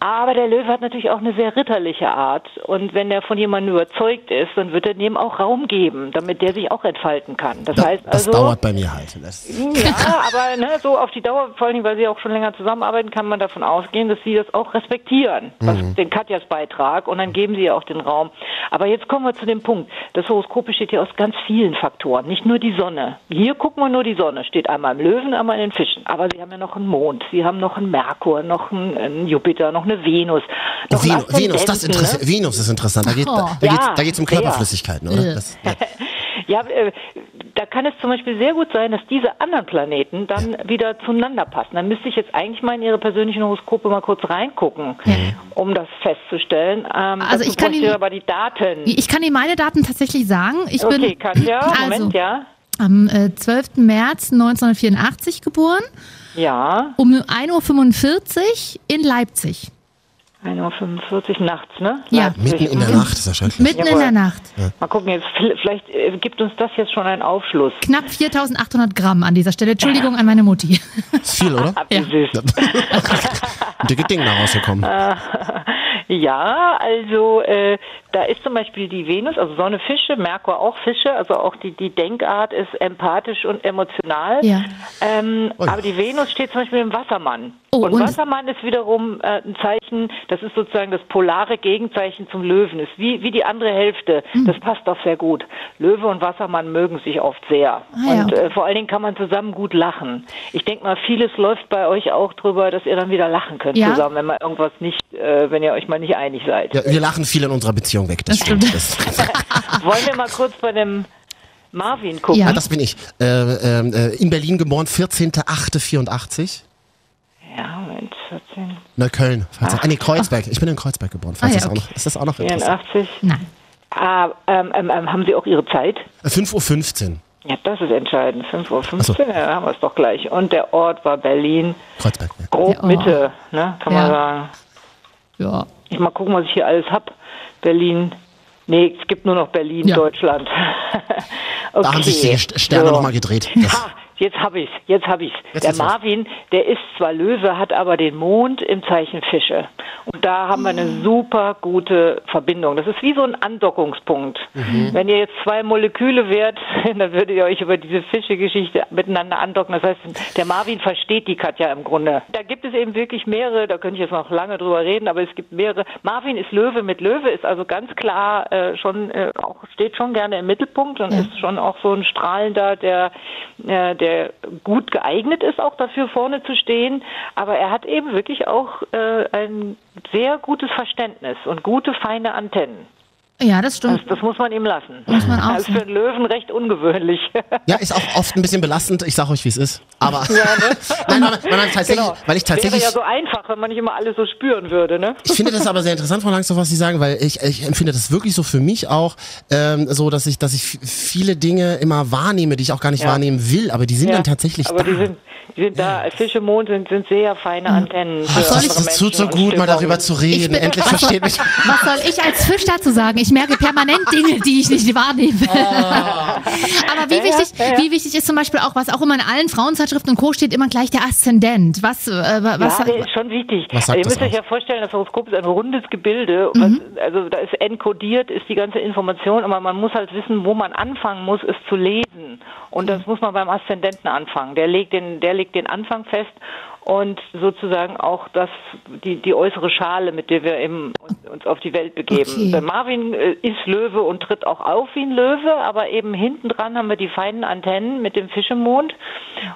H: Aber der Löwe hat natürlich auch eine sehr ritterliche Art. Und wenn er von jemandem überzeugt ist, dann wird er dem auch Raum geben, damit der sich auch entfalten kann. Das heißt
B: das
H: also,
B: dauert bei mir halt. Das
H: ja, aber ne, so auf die Dauer, vor allem, weil sie auch schon länger zusammenarbeiten, kann man davon ausgehen, dass sie das auch respektieren, was
B: Mhm.
H: den Katjas Beitrag, und dann geben sie ihr auch den Raum. Aber jetzt kommen wir zu dem Punkt. Das Horoskop besteht ja aus ganz vielen Faktoren, nicht nur die Sonne. Hier gucken wir nur die Sonne, steht einmal im Löwen, einmal in den Fischen. Aber sie haben ja noch einen Mond, sie haben noch einen Merkur, noch einen, einen Jupiter, noch eine Venus. Noch einen
B: Venus, Venus, das
H: Aszendenten, ne?
B: Interesse, Venus ist interessant. Da geht da, da
H: Ja,
B: geht's, da geht's um
H: sehr.
B: Körperflüssigkeiten, oder? Das, ja.
H: Ja, äh, da kann es zum Beispiel sehr gut sein, dass diese anderen Planeten dann wieder zueinander passen. Dann müsste ich jetzt eigentlich mal in Ihre persönlichen Horoskope mal kurz reingucken,
B: Mhm.
H: um das festzustellen.
C: Also
H: Ähm, dazu
C: ich kann
H: bräuchte
C: Ihnen-
H: aber die Daten.
C: Ich kann dir meine Daten tatsächlich sagen. Ich
H: okay,
C: bin
H: Katja,
C: also,
H: Moment, ja.
C: am äh, 12. März 1984 geboren,
H: Ja,
C: um 1.45 Uhr in Leipzig.
H: 1.45 Uhr nachts, ne?
C: Ja.
H: Leipzig.
B: Mitten in der Nacht ist ja schrecklich.
C: Mitten in der Nacht.
H: Mal gucken, jetzt, vi- vielleicht äh, gibt uns das jetzt schon einen Aufschluss.
C: Knapp 4.800 Gramm an dieser Stelle. Entschuldigung an meine Mutti.
B: Ist viel, oder?
H: Wie süß.
B: Dicke Ding da rausgekommen.
H: Äh, Ja, also äh, da ist zum Beispiel die Venus, also Sonne Fische, Merkur auch Fische, also auch die, die Denkart ist empathisch und emotional.
C: Ja.
H: Ähm,
B: Ui.
H: aber die Venus steht zum Beispiel im Wassermann.
C: Oh,
H: und,
C: und?
H: Wassermann ist wiederum äh, ein Zeichen, das ist sozusagen das polare Gegenzeichen zum Löwen, ist wie, wie die andere Hälfte.
C: Hm.
H: Das passt doch sehr gut. Löwe und Wassermann mögen sich oft sehr.
C: Ah, ja,
H: und
C: okay.
H: äh, vor allen Dingen kann man zusammen gut lachen. Ich denke mal, vieles läuft bei euch auch drüber, dass ihr dann wieder lachen könnt
C: Ja.
H: zusammen, wenn mal irgendwas nicht, äh, wenn ihr euch mal nicht einig seid.
B: Ja, wir lachen viel in unserer Beziehung weg. Das,
C: Das
B: stimmt.
C: stimmt.
B: Das,
H: Wollen wir mal kurz bei dem Marvin gucken?
B: Ah,
C: Ja.
B: das bin ich. Äh, ähm, äh, in Berlin geboren, 14.8.84.
H: Ja, Moment, 14,
B: Neukölln. Falls ah, nee, Kreuzberg. Ich bin in Kreuzberg geboren. Falls
C: Ah, ja,
B: das auch
C: okay.
B: noch, ist das auch noch interessant?
H: 84.
C: Nein.
H: Ah, ähm, ähm, ähm, haben Sie auch Ihre Zeit?
B: 5.15 Äh, Uhr.
H: Ja, das ist entscheidend. 5.15 Uhr,
B: Ach so.
H: ja, haben wir es doch gleich. Und der Ort war Berlin,
B: Kreuzberg. Ja.
H: grob
C: Der Ort.
H: Mitte, ne, kann
C: Ja.
H: man sagen.
C: Ja.
H: Ich mal gucken, was ich hier alles hab. Berlin. Nee, es gibt nur noch Berlin,
C: Ja.
H: Deutschland. okay.
B: Da haben sich die St- Sterne
H: So.
B: nochmal gedreht. Das,
H: Ha, jetzt hab ich's, jetzt hab ich's.
B: Jetzt
H: der
B: ist was.
H: Marvin, der ist zwar Löwe, hat aber den Mond im Zeichen Fische. Und da haben wir
B: Ah.
H: eine super gute Verbindung. Das ist wie so ein Andockungspunkt.
B: Mhm.
H: Wenn ihr jetzt zwei Moleküle wärt, dann würdet ihr euch über diese Fische-Geschichte miteinander andocken. Das heißt, der Marvin versteht die Katja im Grunde. Da gibt es eben wirklich mehrere, da könnte ich jetzt noch lange drüber reden, aber es gibt mehrere. Marvin ist Löwe mit Löwe, ist also ganz klar äh, schon, äh, auch, steht schon gerne im Mittelpunkt und
C: Ja.
H: ist schon auch so ein strahlender, der, äh, der gut geeignet ist, auch dafür vorne zu stehen. Aber er hat eben wirklich auch äh, ein sehr gutes Verständnis und gute, feine Antennen.
C: Ja, das
H: Das,
C: stimmt.
H: das muss man ihm lassen.
C: Muss man auch
H: Das ist für einen Löwen recht ungewöhnlich.
B: ja, ist auch oft ein bisschen belastend. Ich sag euch, wie es ist. Aber, nein, aber, weil, man tatsächlich,
H: Genau.
B: weil ich tatsächlich,
H: Wäre ja so einfach, wenn man nicht immer alles so spüren würde, ne?
B: ich finde das aber sehr interessant, Frau Langsdorff, was Sie sagen, weil ich, ich empfinde das wirklich so für mich auch, ähm, so, dass ich, dass ich f- viele Dinge immer wahrnehme, die ich auch gar nicht wahrnehmen will, aber die sind
H: Ja,
B: dann tatsächlich
H: aber
B: da.
H: die sind, die sind da. Fische, Mond sind, sind sehr feine Antennen.
B: Ach,
H: für
B: soll ich
H: andere
B: das tut so
H: Menschen und
B: gut, mal
H: Stimmungen.
B: darüber zu reden.
C: bin-
B: Endlich versteht mich.
C: Was soll ich als Fisch dazu sagen? Ich merke permanent Dinge, die ich nicht wahrnehme. Aber wie wichtig, wie wichtig ist zum Beispiel auch, was auch immer in allen Frauenzeitschriften und Co. steht, immer gleich der Aszendent. Was, äh, wa- was
H: Ja, der ist schon wichtig.
B: Was sagt
H: Ihr
B: das
H: müsst euch
B: aus? Mhm.
H: ja vorstellen, das Horoskop ist ein rundes Gebilde. Was, also da ist enkodiert, ist die ganze Information, aber man muss halt wissen, wo man anfangen muss, es zu lesen. Und das
B: Mhm.
H: muss man beim Aszendenten anfangen. Der legt den, der legt den Anfang fest und sozusagen auch das, die, die äußere Schale, mit der wir eben uns, uns auf die Welt begeben.
C: Okay.
H: Der Marvin äh, ist Löwe und tritt auch auf wie ein Löwe, aber eben hinten dran haben wir die feinen Antennen mit dem Fischemond.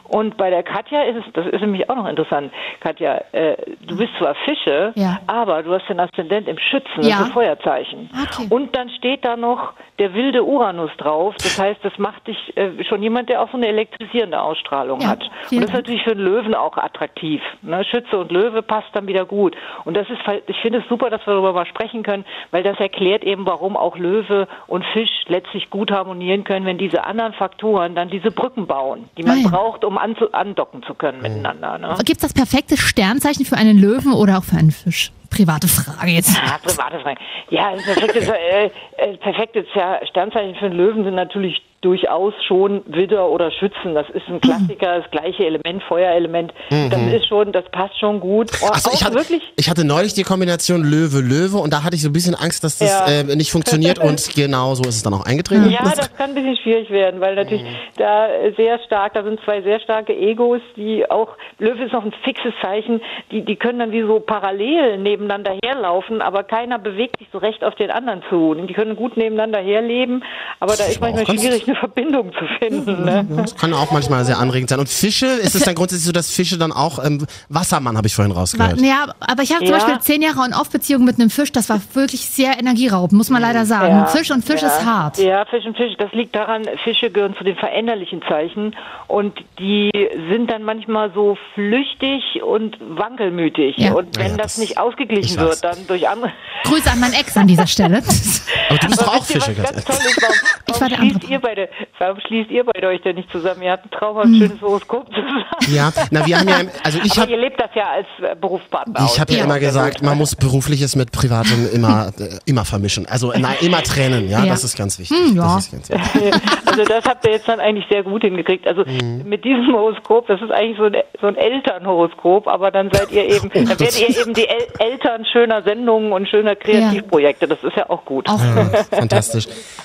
H: Und bei der Katja ist es, das ist nämlich auch noch interessant, Katja, äh, du bist zwar Fische,
C: Ja.
H: aber du hast den Aszendent im Schützen,
C: Ja.
H: das ist ein Feuerzeichen.
C: Okay.
H: Und dann steht da noch der wilde Uranus drauf, das heißt, das macht dich äh, schon jemand, der auch so eine elektrisierende Ausstrahlung
C: Ja,
H: hat.
C: vielen
H: Und das ist
C: Dank.
H: natürlich für einen Löwen auch attraktiv. Ne? Schütze und Löwe passt dann wieder gut. Und das ist, ver- ich finde es super, dass wir darüber mal sprechen können, weil das erklärt eben, warum auch Löwe und Fisch letztlich gut harmonieren können, wenn diese anderen Faktoren dann diese Brücken bauen, die man
C: Ah ja.
H: braucht, um anzu andocken zu können miteinander. Ne?
C: Gibt es das perfekte Sternzeichen für einen Löwen oder auch für einen Fisch? Private Frage jetzt.
H: Ja, private Frage. Ja, ein perfektes, äh, äh, perfektes Zer- Sternzeichen für einen Löwen sind natürlich durchaus schon Widder oder Schützen. Das
B: Hm.
H: ist ein Klassiker, das gleiche Element, Feuerelement. Das ist schon, das passt schon gut. Oh,
B: Achso, hm. ich
H: auch
B: hatte,
H: wirklich
B: ich hatte neulich die Kombination Löwe-Löwe und da hatte ich so ein bisschen Angst, dass das
H: Ja.
B: äh, nicht funktioniert und genau so ist es dann auch eingetreten.
H: Ja, das kann ein bisschen schwierig werden, weil natürlich da sehr stark, da sind zwei sehr starke Egos, die auch, Löwe ist noch ein fixes Zeichen, die, die können dann wie so parallel nebeneinander herlaufen, aber keiner bewegt sich so recht auf den anderen zu. Die können gut nebeneinander herleben, aber da
B: Das
H: ist
B: ist aber auch
H: manchmal
B: ganz-
H: schwierig, eine Verbindung zu finden. Ne?
B: Das kann auch manchmal sehr anregend sein. Und Fische, ist es dann grundsätzlich so, dass Fische dann auch ähm, Wassermann, habe ich vorhin rausgehört.
C: Ja, aber ich habe zum
H: Ja.
C: Beispiel zehn Jahre On-Off-Beziehung mit einem Fisch, das war wirklich sehr energieraubend, muss man leider sagen.
H: Hm. Ja,
C: Fisch und Fisch
H: ja.
C: ist hart.
H: Ja, Fisch und Fisch, das liegt daran, Fische gehören zu den veränderlichen Zeichen und die sind dann manchmal so flüchtig und wankelmütig.
C: Ja.
H: Und wenn
B: Ja,
H: das,
B: das-
H: nicht
B: ich
H: ausgeglichen
B: weiß.
H: wird, dann durch andere.
C: Grüße an meinen Ex an dieser Stelle.
B: Aber du bist doch auch
H: Wisst ihr,
B: Fische,
H: was
B: ganz
H: ganz
B: ehrlich.
H: toll ist, warum, warum
C: war der andere Hm.
H: schließt ihr bei der Leute, warum schließt ihr beide euch denn nicht zusammen? Ihr habt ein traumhaft schönes Horoskop zusammen.
B: Ja, na, wir haben ja, im- also ich
H: Aber
B: habe
H: ihr lebt das ja als äh, Berufspartner aus.
B: ich hab ja,
H: Das
B: immer
H: ist sehr
B: gesagt,
H: gut.
B: man muss Berufliches mit Privatem immer, äh, immer vermischen. Also na, immer trennen, ja,
C: Ja.
B: das ist ganz wichtig.
C: Hm, ja.
B: Das ist ganz wichtig.
H: Also das habt ihr jetzt dann eigentlich sehr gut hingekriegt. Also mit diesem Horoskop, das ist eigentlich so ein, so ein Elternhoroskop, aber dann seid ihr eben, dann werdet ihr eben die El Eltern schöner Sendungen und schöner Kreativprojekte. Das ist ja auch gut.
C: Auch
B: Ja, fantastisch.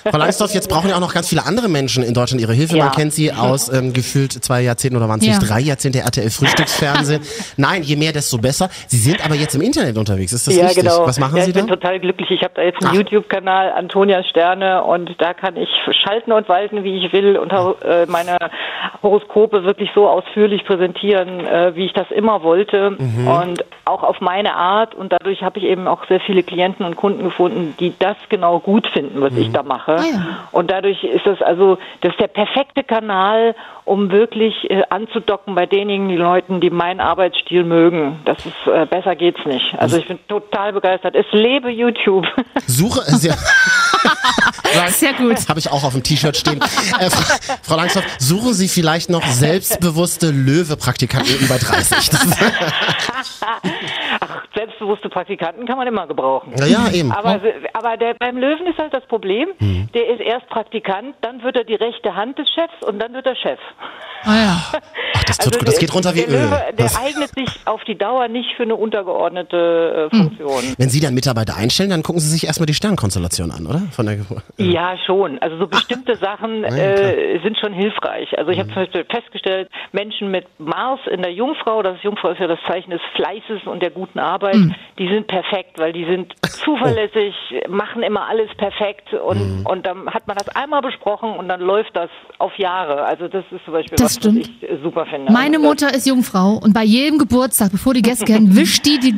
B: Frau Langsdorff, jetzt brauchen ja auch noch ganz viele andere Menschen in Deutschland ihre Hilfe. Man
H: Ja.
B: kennt sie aus ähm, gefühlt zwei Jahrzehnten oder waren es nicht
C: Ja.
B: drei Jahrzehnte RTL Frühstücksfernsehen. Nein, je mehr, desto besser. Sie sind aber jetzt im Internet unterwegs, ist das
H: ja,
B: richtig?
H: genau.
B: Was machen
H: ja,
B: Sie
H: ich
B: da?
H: bin total glücklich. Ich habe da jetzt einen
B: Ah.
H: YouTube-Kanal, Antonia Sterne, und da kann ich schalten und walten, wie ich will, und hau- äh, meine Horoskope wirklich so ausführlich präsentieren, äh, wie ich das immer wollte
B: Mhm.
H: und auch auf meine Art. Und dadurch habe ich eben auch sehr viele Klienten und Kunden gefunden, die das genau gut finden, was
B: Mhm.
H: ich da mache.
C: Ah, ja.
H: Und dadurch ist das also, das ist der perfekte Kanal, um wirklich äh, anzudocken bei denjenigen Leuten, die meinen Arbeitsstil mögen. Das ist, äh, besser geht's nicht. Also ich bin total begeistert. Es lebe YouTube.
B: Suche. äh, Sehr,
C: sehr gut.
B: Habe ich auch auf dem T-Shirt stehen. Äh, Frau, Frau Langsdorff, suchen Sie vielleicht noch selbstbewusste Löwe-Praktikanten über 30. Das,
H: Ach, selbstbewusste Praktikanten kann man immer gebrauchen.
B: na ja, eben.
H: Aber, aber der, beim Löwen ist halt das Problem,
B: Hm.
H: der ist erst Praktikant, dann wird er die rechte Hand des Chefs und dann wird er Chef. Also
C: Ah, ja.
B: Ach, das tut gut. Das
H: der-
B: geht runter wie
H: der Löwe,
B: Öl. Das,
H: Der eignet sich auf die Dauer nicht für eine untergeordnete äh,
B: Hm.
H: Funktion.
B: wenn Sie dann Mitarbeiter einstellen, dann gucken Sie sich erstmal die Sternkonstellation an, oder? Von der Geburt.
H: Ja, schon.
C: Ah.
H: Also so bestimmte Sachen
B: ja,
H: äh, sind schon hilfreich. Also ich
C: Mhm.
H: habe zum Beispiel festgestellt, Menschen mit Mars in der Jungfrau, das Jungfrau ist ja das Zeichen des Fleißes und der guten Arbeit,
C: Mhm.
H: die sind perfekt, weil die sind
C: Oh.
H: zuverlässig, machen immer alles perfekt
C: Mhm.
H: und, und dann hat man das einmal besprochen und dann läuft das auf Jahre. Also das ist zum Beispiel
C: Das
H: was,
C: stimmt.
H: was ich äh, super finde.
C: Meine
H: Also das-
C: Mutter ist Jungfrau und bei jedem Geburtstag, bevor die Gäste gehen, wischt die die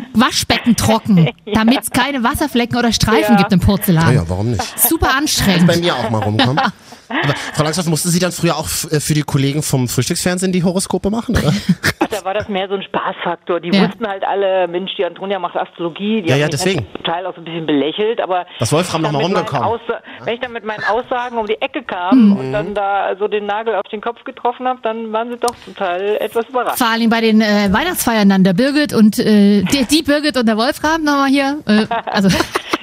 C: Waschbecken trocken, damit es keine Wasserflecken oder Streifen
H: Ja.
C: gibt im Porzellan.
B: Naja, warum nicht?
C: Super
B: bei
C: anstrengend.
B: mir auch mal rumkommen. Aber Frau Langsdorff, mussten Sie dann früher auch f- äh, für die Kollegen vom Frühstücksfernsehen die Horoskope machen, oder?
H: Ach, da war das mehr so ein Spaßfaktor. Die
C: Ja.
H: wussten halt alle, Mensch, die Antonia macht Astrologie. Die
B: Ja,
H: haben
B: ja,
H: mich
B: deswegen.
H: halt Zum Teil auch so ein bisschen belächelt, aber.
B: Das Wolfram
H: wenn ich
B: noch mal
H: dann mit
B: rumgekommen. Mhm.
H: meinen Aussa- Wenn ich dann mit meinen Aussagen um die Ecke kam und dann da so den Nagel auf den Kopf getroffen habe, dann waren sie doch zum Teil etwas überrascht.
C: Vor allem bei den äh, Weihnachtsfeiern dann, der Birgit und äh, die, die Birgit und der Wolfram nochmal hier. Äh, also,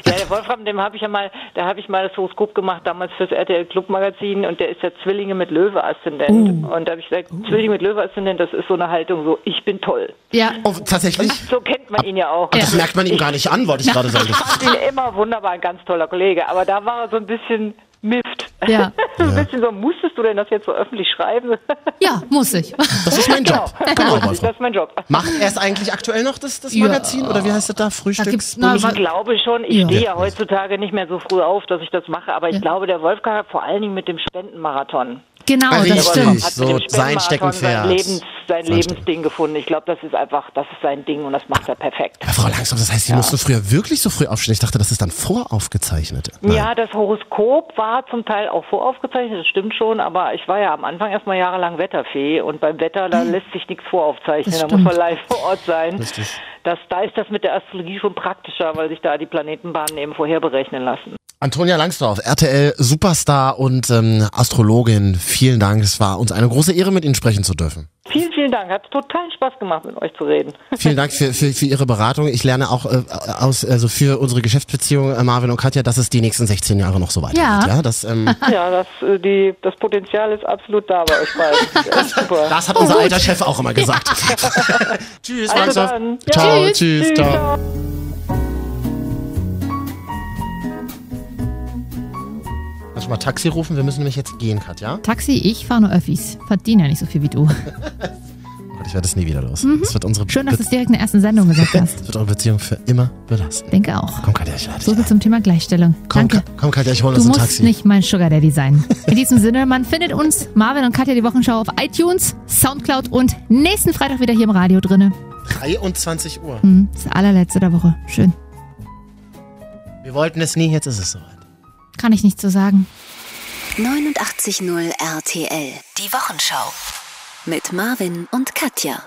H: Ja, der Wolfram, dem habe ich ja mal, da habe ich mal das Horoskop gemacht, damals fürs RTL Clubmagazin und der ist ja Zwillinge mit Löwe-Aszendent.
B: Oh.
H: Und da habe ich gesagt, Zwillinge mit Löwe-Aszendent, das ist so eine Haltung so, ich bin toll.
C: ja.
B: Oh, tatsächlich?
H: So kennt man ihn ja auch.
B: Das merkt man ihm gar nicht an, wollte ich gerade sagen. Das-
H: Ich bin immer wunderbar, ein ganz toller Kollege, aber da war er so ein bisschen Mist.
C: Ja.
H: so ein bisschen so, musstest du denn das jetzt so öffentlich schreiben?
C: ja, muss ich.
B: Das ist mein Job. Genau,
H: das, ist,
B: Wolfram.
H: das ist mein Job.
B: Macht er es eigentlich aktuell noch, das, das
C: Ja.
B: Magazin? Oder wie heißt das da? Frühstücks...
C: gibt's- na, wa-
H: Ich glaube schon, ich
C: Ja.
H: stehe ja heutzutage nicht mehr so früh auf, dass ich das mache, aber ich glaube, der Wolfgang hat vor allen Dingen mit dem Spendenmarathon. Also
C: Genau,
B: Richtig.
C: das
H: Der Wolfgang
C: stimmt.
H: hat
B: So,
H: mit dem
B: sein
H: Spendenmarathon
B: Steckenpferd.
H: Sein, Lebens, sein
B: Sein
H: Lebensding gefunden. Ich glaube, das ist einfach, das ist sein Ding und das macht er perfekt.
B: Ja, Frau Langsdorff, das heißt, Sie mussten früher wirklich so früh aufstehen. Ich dachte, das ist dann voraufgezeichnet. Nein.
H: Ja, das Horoskop war zum Teil auch voraufgezeichnet, das stimmt schon, aber ich war ja am Anfang erstmal jahrelang Wetterfee und beim Wetter, da lässt sich nichts voraufzeichnen,
C: Das
H: da muss man
C: stimmt.
H: live vor Ort sein.
B: Richtig.
H: Das, da ist das mit der Astrologie schon praktischer, weil sich da die Planetenbahnen eben vorher berechnen lassen.
B: Antonia Langsdorff, RTL Superstar und ähm, Astrologin, vielen Dank. Es war uns eine große Ehre, mit Ihnen sprechen zu dürfen.
H: Vielen, vielen Dank, hat total Spaß gemacht, mit euch zu reden.
B: Vielen Dank für, für, für Ihre Beratung. Ich lerne auch äh, aus, also für unsere Geschäftsbeziehung, äh, Marvin und Katja, dass es die nächsten 16 Jahre noch so weitergeht.
C: Ja.
B: Ja, das, ähm,
H: ja, das, äh, die, das Potenzial ist absolut da bei euch beiden. Ja, super.
B: das hat
C: Oh,
B: unser alter Chef auch immer gesagt. tschüss,
H: Also
B: Langsdorff.
H: dann. Ja.
B: Ciao,
C: Tschüss.
B: tschüss,
H: Tschüss,
B: ciao.
H: ciao.
B: Kannst du mal Taxi rufen? Wir müssen nämlich jetzt gehen, Katja.
C: Taxi, ich fahre nur Öffis. Verdiene ja nicht so viel wie du.
B: Oh Gott, ich werde das nie wieder los. Das wird unsere
C: Mhm. Schön,
B: Be-
C: dass du es direkt in der ersten Sendung gesagt hast.
B: Das wird eure Beziehung für immer belasten.
C: Denke auch.
B: Komm, Katja, ich lade
C: So
B: dich
C: viel
B: ein.
C: zum Thema Gleichstellung.
B: Komm,
C: Danke.
B: Ka- komm, Katja, ich hole
C: Du
B: uns ein
C: musst
B: Taxi.
C: nicht mein Sugar Daddy sein. In diesem Sinne, man findet uns, Marvin und Katja, die Wochenschau auf iTunes, Soundcloud und nächsten Freitag wieder hier im Radio drinne.
B: 23 Uhr.
C: Hm, das allerletzte der Woche. Schön.
B: Wir wollten es nie, jetzt ist es soweit.
C: Kann ich nicht so sagen.
A: 89.0 RTL. Die Wochenschau. Mit Marvin und Katja.